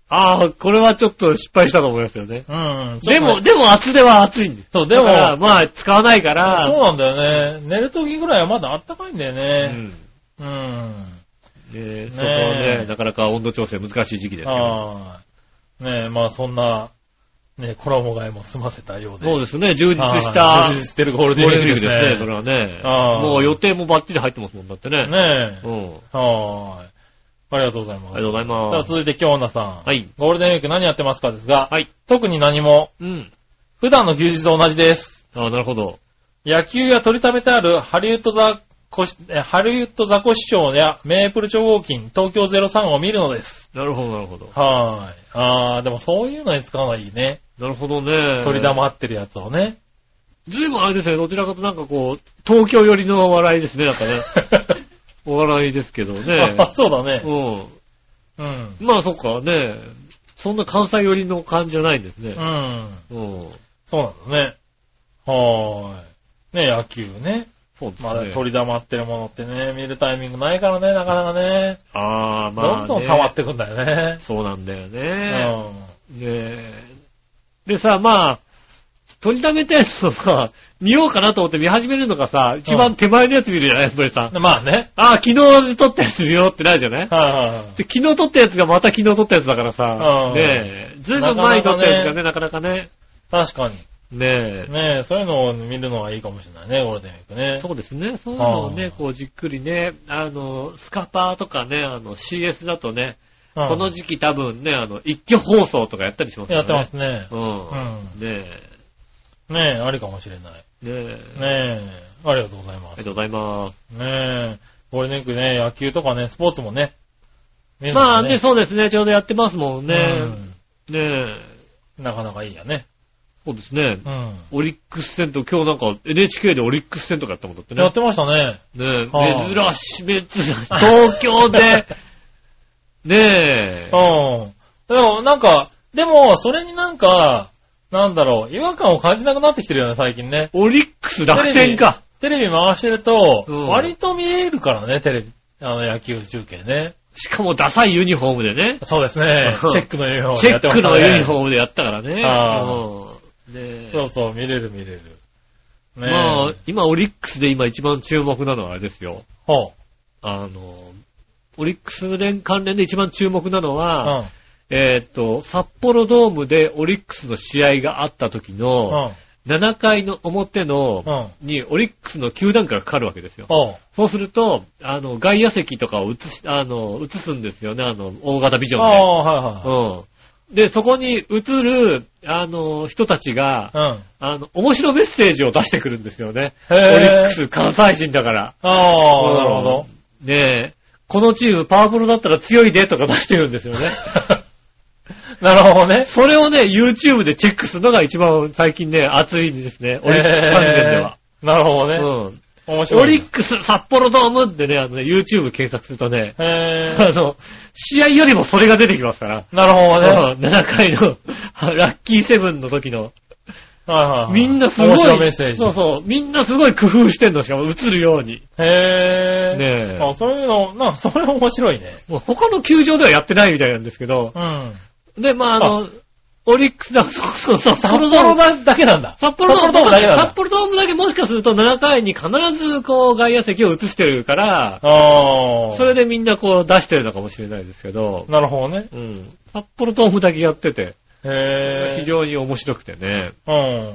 B: ああ、これはちょっと失敗したと思いますよね。
C: ん。うん。
B: で
C: ちょ
B: も、
C: っ
B: でも厚手は暑いんです。
C: そうでも
B: だからまあ、使わないか
C: と、
B: ら、
C: そうなんだよね。寝る時ぐらいはまだ暖かいんだよ
B: う
C: ね。
B: ん。
C: うん。
B: ねえ、
C: ねえ
B: そこはね、なかなか温度調整難しい時期ですけど。
C: はーい。ねえ、まあそんな、ね、衣替えも済ませたようで。
B: そうですね、充実した
C: はい充実してるゴー
B: ゴ
C: ル
B: ー
C: デンウィ
B: ルデ
C: ーク
B: ンウィー
C: で
B: クで
C: す
B: すね、それ
C: ね。
B: はね。
C: ああ
B: もう予定もバッチリ入ってますもん、だってね。
C: ね
B: う
C: え。
B: ん。
C: はーい。ありがとうございます。
B: ありがとうござい
C: さあ、
B: ます。
C: 続いて、京奈さん。
B: はい。
C: ゴールデンウィーク何やってますかですが、
B: はい。
C: 特に何も、
B: うん。
C: 普段の休日と同じです。
B: ああ、なるほど。
C: 野球や取りためてあるハリウッドザコシ、えハリウッドザコシショウやメープル超合金、東京03を見るのです。
B: なるほど、なるほど。
C: はーい。あー、でもそういうのに使うのはいいね。
B: なるほどね。
C: 取り黙ってるやつ をね。
B: ずいぶんあれですね、どちらかとなんかこう、東京寄りのお笑いですね、なんかね。 お笑いですけどね。
C: あそうだね。
B: う
C: うん。
B: ん。まあそっかね。そんな関西寄りの感じじゃないんですね
C: う。ん。
B: うん。
C: そうなんだね。はーい。ね、野球ね。
B: そうですね。
C: まだ取り溜まってるものってね、見るタイミングないからね、なかなかね。
B: ああ、まあ、
C: ど
B: ね。
C: んどん変わってくんだよね。
B: そうなんだよ
C: う
B: ね。
C: ん。
B: で、でさ、まあ、取りためたやつをさ、見ようかなと思って見始めるのがさ、一番手前のやつ見るじゃないやっぱりさ。
C: まあね。
B: ああ、昨日撮ったやつ見ようってなるじゃない
C: はいはいはい。
B: で昨日撮ったやつがまた昨日撮ったやつだから
C: う
B: さ
C: ん、
B: ねえ、ずいぶん前に撮ったやつがね、なかなかね、
C: 確かに。
B: ね
C: ねそういうのを見るのはいいかもしれないね、ゴールデンウィーク
B: え、
C: ね。
B: そうですね、そういうのを
C: う
B: ね、
C: ん
B: こうじっくりね、あの、スカパーとかね、あの CS だとね、
C: うん
B: この時期多分ね、あの、一挙放送とかやったりしますよね。
C: やってますね。
B: うん。ね
C: ねえ、ありかもしれない。
B: え。ねえ。
C: ねえ、ありがとうござい
B: あ
C: ま
B: りが
C: す。
B: とうございます。
C: ねえ、ゴールデンウィークね、野球とかね、スポーツもね。見るの
B: まあ
C: が
B: ね、そうですね、ちょうどやってますもんね。ねえ。
C: うんなかなかいいやね。
B: そうですね。
C: うん。
B: オリックス戦と、今日なんか NHK でオリックス戦とかやったもんだって
C: や
B: ね
C: っ。てましたね。
B: ねえ、
C: は
B: 珍しい、珍しい。東京 で、ねえ。
C: うん。でも、なんか、でも、それになんか、なんだろう、違和感を感じなくなってきてるよね、最近ね。
B: オリックス楽天か。
C: テレビ回してると、
B: うん
C: 割と見えるからね、テレビ、あの、野球中継ね。
B: しかもダサいユニフォームでね。。
C: そうですねチェックのユニフォーム
B: チ
C: でや
B: ェ
C: って
B: ッ
C: ま
B: ク
C: した
B: の
C: ね。
B: ユニフォームでやったからね。
C: ああ
B: うんねえ。
C: そうそう、見れる見れる。ねえ。
B: まあ、今オリックスで今一番注目なのはあれですよ。
C: ほ
B: あの、オリックス連関連で一番注目なの
C: う。う
B: は、
C: ん。
B: えーっと、札幌ドームでオリックスの試合があった時の、
C: うん。
B: 7回の表の、
C: うん。
B: にオリックスの球団がかかるわけですよ。
C: おう。
B: そうすると、あの、外野席とかを映し、あの、映すんですよね、あの、大型ビジョンで。
C: ああ、は
B: うん。で、そこに映る、あの、人たちが
C: い、はい。うん。
B: あの、面白メッセージを出してくるんですよね。
C: へ
B: オ
C: ー
B: リックス関西人だから。
C: あ
B: うん
C: あ、なるほど。。
B: ねえ、このチームパワプロだったら強いでとか出してるんですよ ね。
C: なるほどね。
B: それをね、YouTube でチェックするのが一番最近ね、熱いんですね。オリックス関連では。
C: へー。なるほど
B: う
C: ね。
B: ん。
C: 面白い。
B: オリックス札幌ドームってね、あのね、YouTube 検索するとね、
C: へ
B: あの、試合よりもそれが出てきますから。
C: ー。なるほどね。
B: うん7回のラッキーセブンの時の、
C: はいはいはい。
B: みんなすごい、
C: 面白いメッセージ。
B: そうそう、みんなすごい工夫してんの、しかも映るように。
C: へー。
B: ねえ。
C: あ、そういうの、な、それ面白いね。
B: もう他の球場ではやってないみたいなんですけど、
C: うん。
B: で、まあ、あの、オリックスだ、そうそうそう、札
C: 札
B: 幌ドー
C: 幌
B: ム。
C: だだけなんだ。
B: 札幌ドーム
C: 札幌ドームだけなんだ
B: 札幌ドームだけもしかすると7回に必ずこう外野席を映してるから、
C: ああ。
B: それ。でみんなこう出してるのかもしれないですけど、
C: なるほどね。
B: うん。札幌ドームだけやってて、
C: へー。
B: 非常に面白くてね、
C: うん。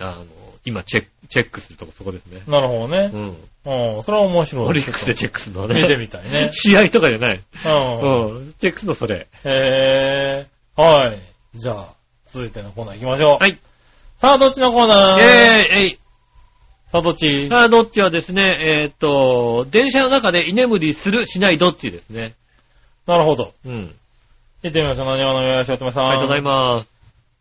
B: あの、今チェック、チェックするとこそこですね。
C: なるほど
B: う
C: ね。
B: ん。
C: うん。それは面白い。
B: オリックスでチェックするのはね。。
C: 見てみたいね
B: 試合とかじゃない。
C: う
B: う
C: ん。
B: ん。チェックするのそれ。
C: へぇー。はい。じゃあ、続いてのコーナー行きましょう。
B: はい。
C: さあ、どっちのコーナー
B: えー、えい。
C: さあ、どっち
B: さあ、どっちはですね、えーっと、電車の中で居眠りする、しない、どっちですね。
C: なるほど。
B: うん。
C: 行ってみましょう。何話のよやしおとめさん。
B: ありがとうござい
C: ま
B: ます。
C: す。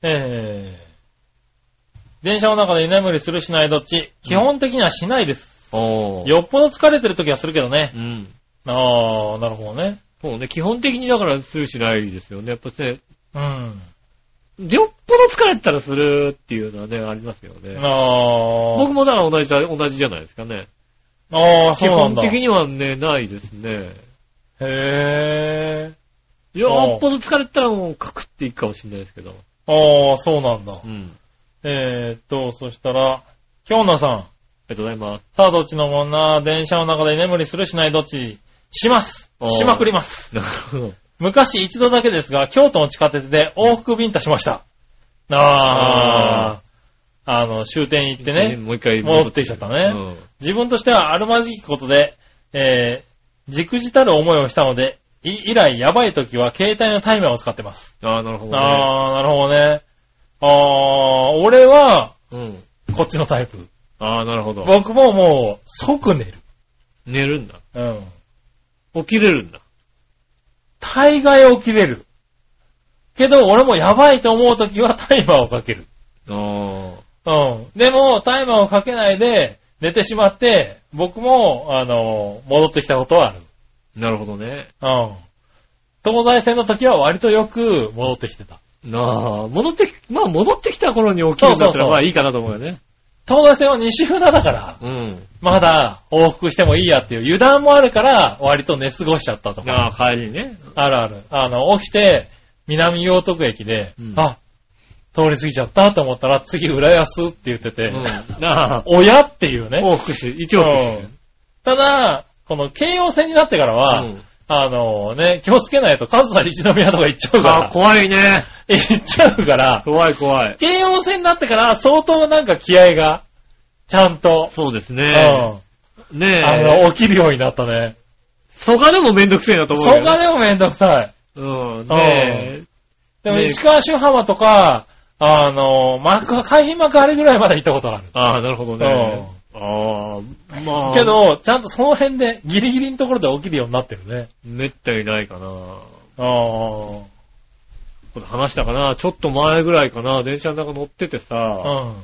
C: えー。電車の中で居眠りするしないどっち基本的にはしないです。
B: おー。
C: よっぽど疲れてる時はするけどね
B: う。ん。
C: あー、なるほどね。
B: そうね、基本的にだからするしないですよね。やっぱね、
C: うん。
B: よっぽど疲れてたらするっていうのはね、ありますよね。
C: あ
B: 僕
C: ー。
B: もだから同じだ、同じじゃないですかね。
C: あー、そ
B: 基
C: うなん
B: 本
C: だ。
B: 的にはね、ないですね。
C: へ
B: よっぽど疲れてたらもうカクっていくかもしれないですけど。
C: ー。あー、そうなんだ
B: う。ん。
C: えーっと、そしたら、京奈さん。
B: ありがとうございます。
C: さあ、どっちのもんな電車の中で居眠りするしないどっちします
B: あー
C: しまくります。
B: なるほど。
C: 昔一度だけですが、京都の地下鉄で往復ビンタしました。ああ、あの、終点行って ね、
B: もう一回
C: 戻ってきちゃったね。
B: うん
C: 自分としてはあるまじきことで、えー、じくじたる思いをしたので、い以来やばい時は携帯のタイマーを使ってます。
B: ああ、なるほど、ね。
C: ああ、なるほどね。ああー、俺は、
B: うん。
C: こっちのタイプ。
B: ああ、なるほど。
C: 僕ももう、即寝る。
B: 寝るんだ。
C: うん。
B: 起きれるんだ。
C: 大概起きれる。けど、俺もやばいと思うときはタイマーをかける。
B: あ
C: うん。でも、タイマーをかけないで寝てしまって、僕も、あの、戻ってきたことはある。
B: あ、なるほどね。
C: うん。東西線の時は割とよく戻ってきてた。
B: なあ、戻ってき、まあ戻ってきた頃に起きるんだ
C: そう
B: った
C: そうそ
B: ら
C: う
B: まあいいかなと思うよね。
C: 東西線は西船だから、
B: うん。
C: まだ往復してもいいやっていう油断もあるから、割と寝過ごしちゃったとか。
B: ああ、帰りにね。
C: あるある。あの、起きて、南洋徳駅で、
B: うん
C: あ、通り過ぎちゃったと思ったら、次浦安って言ってて、
B: うん。なあ、
C: おやっていうね。
B: 往復し、一往復して
C: う。んただ、この京葉線になってからは、
B: うん
C: あのね、気をつけないと、関西一宮とか行っちゃうか
B: ああ、
C: ら、
B: 怖いね。
C: 行っちゃうから、
B: 怖い怖い。
C: 京葉線になってから相当なんか気合が、ちゃんと、
B: そうです
C: う
B: ね。
C: ん。
B: ねえ。
C: あの、起きるようになったね。
B: 蘇我でもめんどくせえなと思う
C: そ
B: よ
C: こが
B: ね。
C: でもめんどくさい。
B: うん。ね
C: でも
B: ね
C: 石川周浜とか、あの、幕、海浜幕あれぐらいまで行ったことある。
B: え。ああ、なるほどね。ああ、まあ。
C: け、ど、ちゃんとその辺で、ギリギリのところで起きるようになってるね。
B: めったにないかな。
C: ああ。
B: これ話したかなちょっと前ぐらいかな電車の中乗っててさ、
C: うん。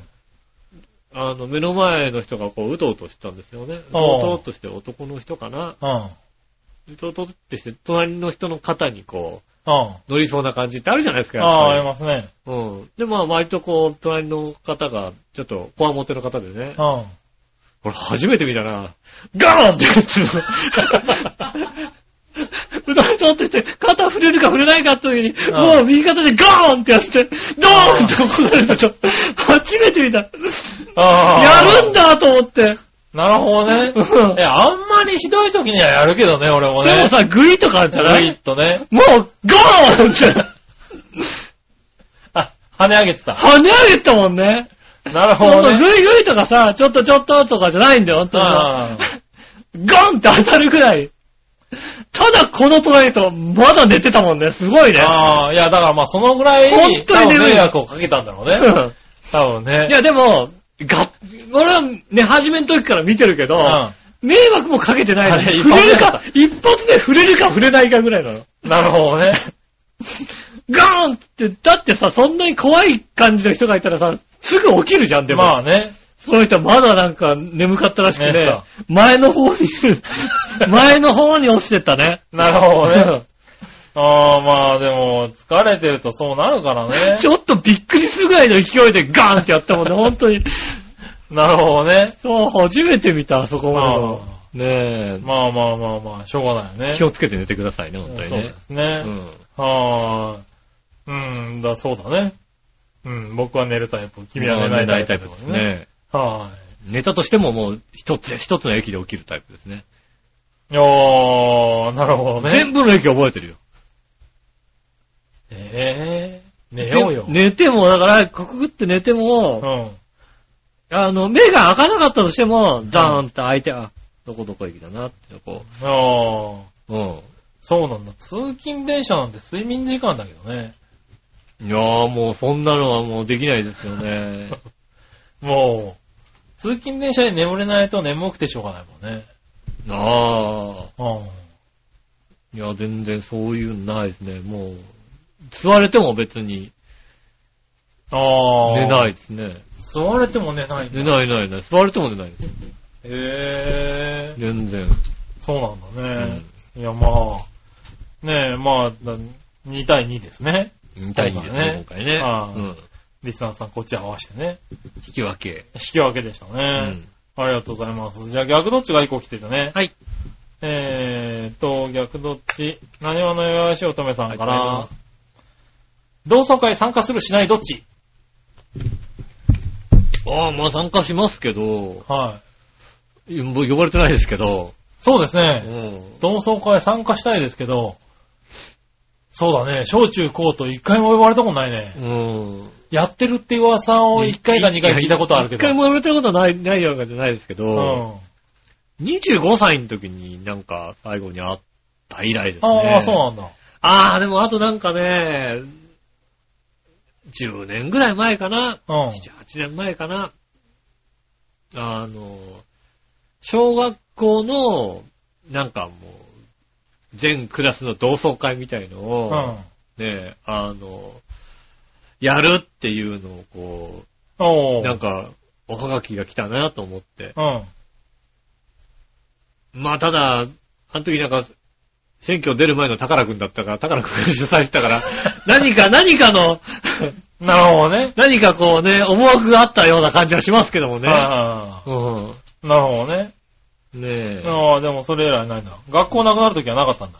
B: あの、目の前の人がこう、うとうとしてたんですよね。う
C: ああ
B: とうとして男の人かな
C: うん。
B: うとうとってして、隣の人の肩にこ
C: うん。
B: う、乗りそうな感じってあるじゃないですか。やっ
C: ああ、
B: ぱ
C: あ
B: り
C: りますね。
B: うん。で、まあ、割とこう、隣の方が、ちょっと、こわもての方でね
C: う、ん。
B: これ初めて見たな。ガーンってやつ。うどんとってして、肩触れるか触れないかというふうに、
C: うん
B: もう右肩でガーンってやって、ドーンって怒られたと。初めて見た。や
C: ああ。
B: るんだと思って。
C: なるほど ね。
B: うん
C: いや、あんまりひどい時にはやるけどね、俺もね。
B: でもさ、グイとかあるじゃな
C: ライ
B: い
C: ッとね。
B: もう、ガーンって、
C: あ、跳ね上げてた。
B: 跳ね上げたもんね。
C: なる
B: ほ
C: ほ
B: んと
C: どね。
B: グイグイとかさ、ちょっとちょっととかじゃないんだよ、ほんとに。
C: あ
B: ガンって当たるくらい。ただこのトライとまだ寝てたもんね。すごいね。
C: ああ、いや、だからまあ、そのぐらい、
B: 本当に
C: 多
B: 眠
C: 分
B: い
C: 迷惑をかけたんだろうね。多分ね。
B: いやでも、が、俺は寝始めの時から見てるけど、迷惑もかけてないの
C: あれ
B: 触れるか
C: 一発、
B: 一発で触れるか触れないかぐらいなの。
C: うん。なるほどね。
B: ガーンって、だってさ、そんなに怖い感じの人がいたらさ、すぐ起きるじゃん、でも。
C: まあね。
B: その人はまだなんか眠かったらしく
C: ね
B: ね
C: えさ、
B: 前の 方に、前の方に落ちてったね。
C: なるほどね。ああ、まあでも、疲れてるとそうなるから ね
B: ち。ょっとびっくりするぐらいの勢いでガーンってやったもんね、本当に。
C: なるほどね。
B: そう、初めて見た、あそこまでの。ね
C: まあまあまあまあ、しょうがないよ
B: え。
C: ね。
B: 気をつけて寝てくださいね、本当に
C: そうで
B: ね。
C: すね。
B: うん。
C: はーい。うん、だ、そうだね。うん、僕は寝るタイプ。君は寝ないタイプ,、
B: 寝です。ね。
C: は
B: 寝たとしてももう一つ、一つの駅で起きるタイプですね。
C: ーい。おー、なるほどね。
B: 全部の駅覚えてるよ。
C: えー、寝ようよ。
B: で寝ても、だから、くくって寝て
C: う
B: も、
C: ん。
B: あの、目が開かなかったとしても、ザーンって開いて、あ、どこどこ駅だなって、こ
C: あー、
B: う。う
C: そうなんだ。通勤電車なんて睡眠時間だけどね。
B: ん。いやーもうそんなのはもうできないですよ ね。
C: もう、通勤電車で眠れないと眠くてしょうがないもんね。
B: ああ。
C: う
B: いや、全然そういうのないですね。もう、座れても別に
C: ん。あ
B: 寝
C: い。
B: ないですね。
C: 座れても寝ないんだ。
B: 寝ない寝ない寝ない。座れても寝ないです。
C: へー、
B: 全然。
C: そうなんだね。いや、まあ、ねえ、まあ、だ2対2ですね。
B: 見たいんですね、今
C: 今
B: 回ね。
C: ああ
B: うん。
C: リスナーさんこっち合わせてね。
B: 引き分け。
C: 引き分けでした
B: う
C: ね。
B: ん。
C: ありがとうございます。じゃあ逆どっちが1個来てたね。
B: はい。
C: えーっと、逆どっち、何話のよしおとめさんか
B: ありが
C: ら
B: と、
C: 同窓会参加するしないどっち
B: ああ、まあ参加しますけど、
C: はい。
B: いもう呼ばれてないですけど、
C: そうです
B: う
C: ね。
B: ん。
C: 同窓会参加したいですけど、そうだね。小中高と一回も呼ばれたことないね。
B: うん。
C: やってるって噂を一回か二回聞いたことあるけど。
B: 一回も呼ばれたことない、ないわけじゃないですけど、
C: うん。
B: 25歳の時になんか最後に会った以来ですね。
C: ああ、そうなんだ。
B: ああ、でもあとなんかね、10年ぐらい前かな、
C: うん。
B: 7、8年前かな、あの、小学校の、なんかもう、全クラスの同窓会みたいの
C: う
B: を、
C: ん。
B: ね、あの、やるっていうのをこ
C: お
B: う、
C: ー
B: なんか、おはがきが来たなと思って。
C: うん。
B: まあただ、あの時なんか、選挙出る前の宝くんだったから、宝くんが主催した から、何か、何かの、
C: なるほどね。
B: 何かこうね、思惑があったような感じはしますけどもね。
C: は
B: うん。
C: いはいはいなるほどね。
B: ねえ。
C: ああ、でもそれ以来ないんだ。学校なくなるときはなかったんだ。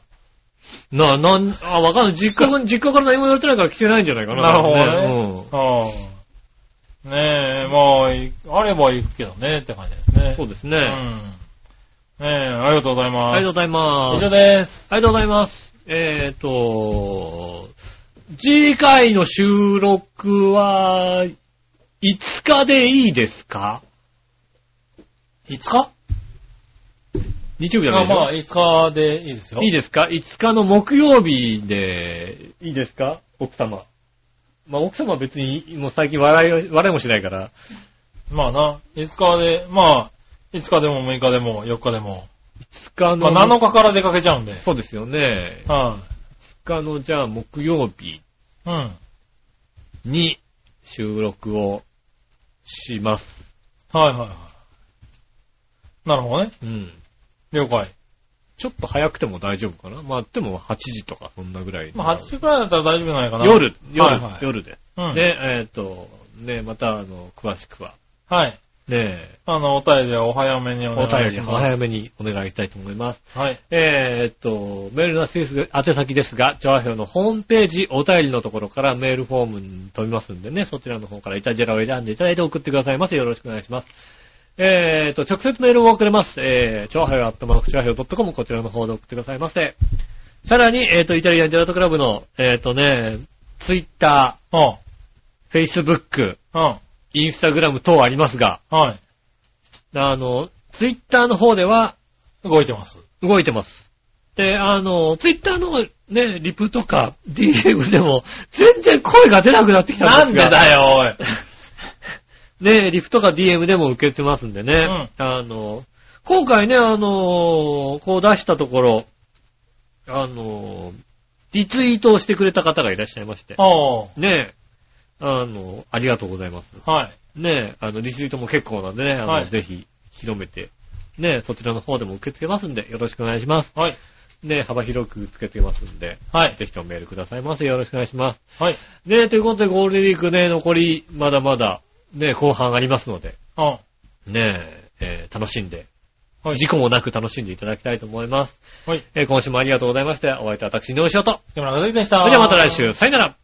B: な、なん、あ、わかんない。実家が、実家から何も言われてないから来てないんじゃないかな。
C: なるほどね
B: ねうん
C: ああ。ねえ、まあい、あれば行くけどねって感じですね。
B: そう
C: で
B: ですね。
C: ね。うん。ねえ、ありがとうございま
B: あり
C: す。
B: がとうございます。
C: 以上です。
B: ありがとうございます。えーと、次回の収録は、5日でいいですか
C: 5日
B: 日曜日じゃない
C: あ
B: ですか、
C: まあ、5日でいいですよ。
B: いいですか ?5 日の木曜日で、いいですか奥様。まあ、奥様は別に、もう最近笑いを、笑いもしないから。
C: まあな、5日で、まあ、5日でも6日でも4日でも、
B: 5日
C: ま
B: の、
C: あ7日から出かけちゃうんで。
B: そうですよね。
C: は
B: 5日の、じゃあ木曜日
C: い。うん。
B: に収録をします。
C: はいはいはい。なるほどね。
B: うん。
C: 了解。
B: ちょっと早くても大丈夫かなまあ、でも8時とか、そんなぐらい。
C: まあ8時くらいだったら大丈夫じゃないかな。
B: 夜、夜、
C: はいはい
B: 夜で。
C: うん。
B: で、えっ、と、ね、また、あの、詳しくは、
C: はい。
B: ね、
C: あの、お便りはお早めにお願
B: お
C: い
B: 便
C: し
B: り
C: ます。
B: お早めにお願いしたいと思います。
C: はい。
B: えーっと、メールの宛先ですが、調和表のホームページ、お便りのところからメールフォームに飛びますんでね、そちらの方からイタジェラを選んでいただいて送ってくださいませ。よろしくお願いします。えーっと、直接メールを送れます。えー、調和表アットマーク調和表 .com こちらの方で送ってくださいませ。さらに、えーっと、イタリアンジェラートクラブの、えーっとね、ツイッタ
C: あ
B: ー、フェイスブック、
C: あ、
B: インスタグラム等ありますが、
C: うん。はい。
B: あの、ツイッターの方では、
C: 動いてます。
B: 動いてます。で、あの、ツイッターのね、リプとか DM でも、全然声が出なくなってきた
C: なんん
B: です
C: で
B: が。
C: だよ、おい。
B: ね、リプとか DM でも受けてますんでね。あの、今回ね、あの、こう出したところ、あの、リツイートをしてくれた方がいらっしゃいまして。
C: あ
B: ね、あの、ありがとうございます。
C: あ、はい。
B: ね、あの、リツイートも結構なんでね、あの、
C: はい
B: ぜひ広めて、ね、そちらの方でも受け付けますんで、よろしくお願いします。
C: はい。
B: ね、幅広くつけてますんで、
C: はい。
B: ぜひともメールくださいませ。よろしくお願いします。
C: はい。
B: ね、ということでゴールデンウィークね、残り、まだまだ、ね、後半ありますので、
C: うん。は
B: ね、えー楽しんで、
C: い。
B: 事故もなく楽しんでいただきたいと思います。
C: はい。
B: えー今週もありがとうございました。お会いいた私、井上翔と。
C: 木村和之でした。
B: それではまた来週、さよなら。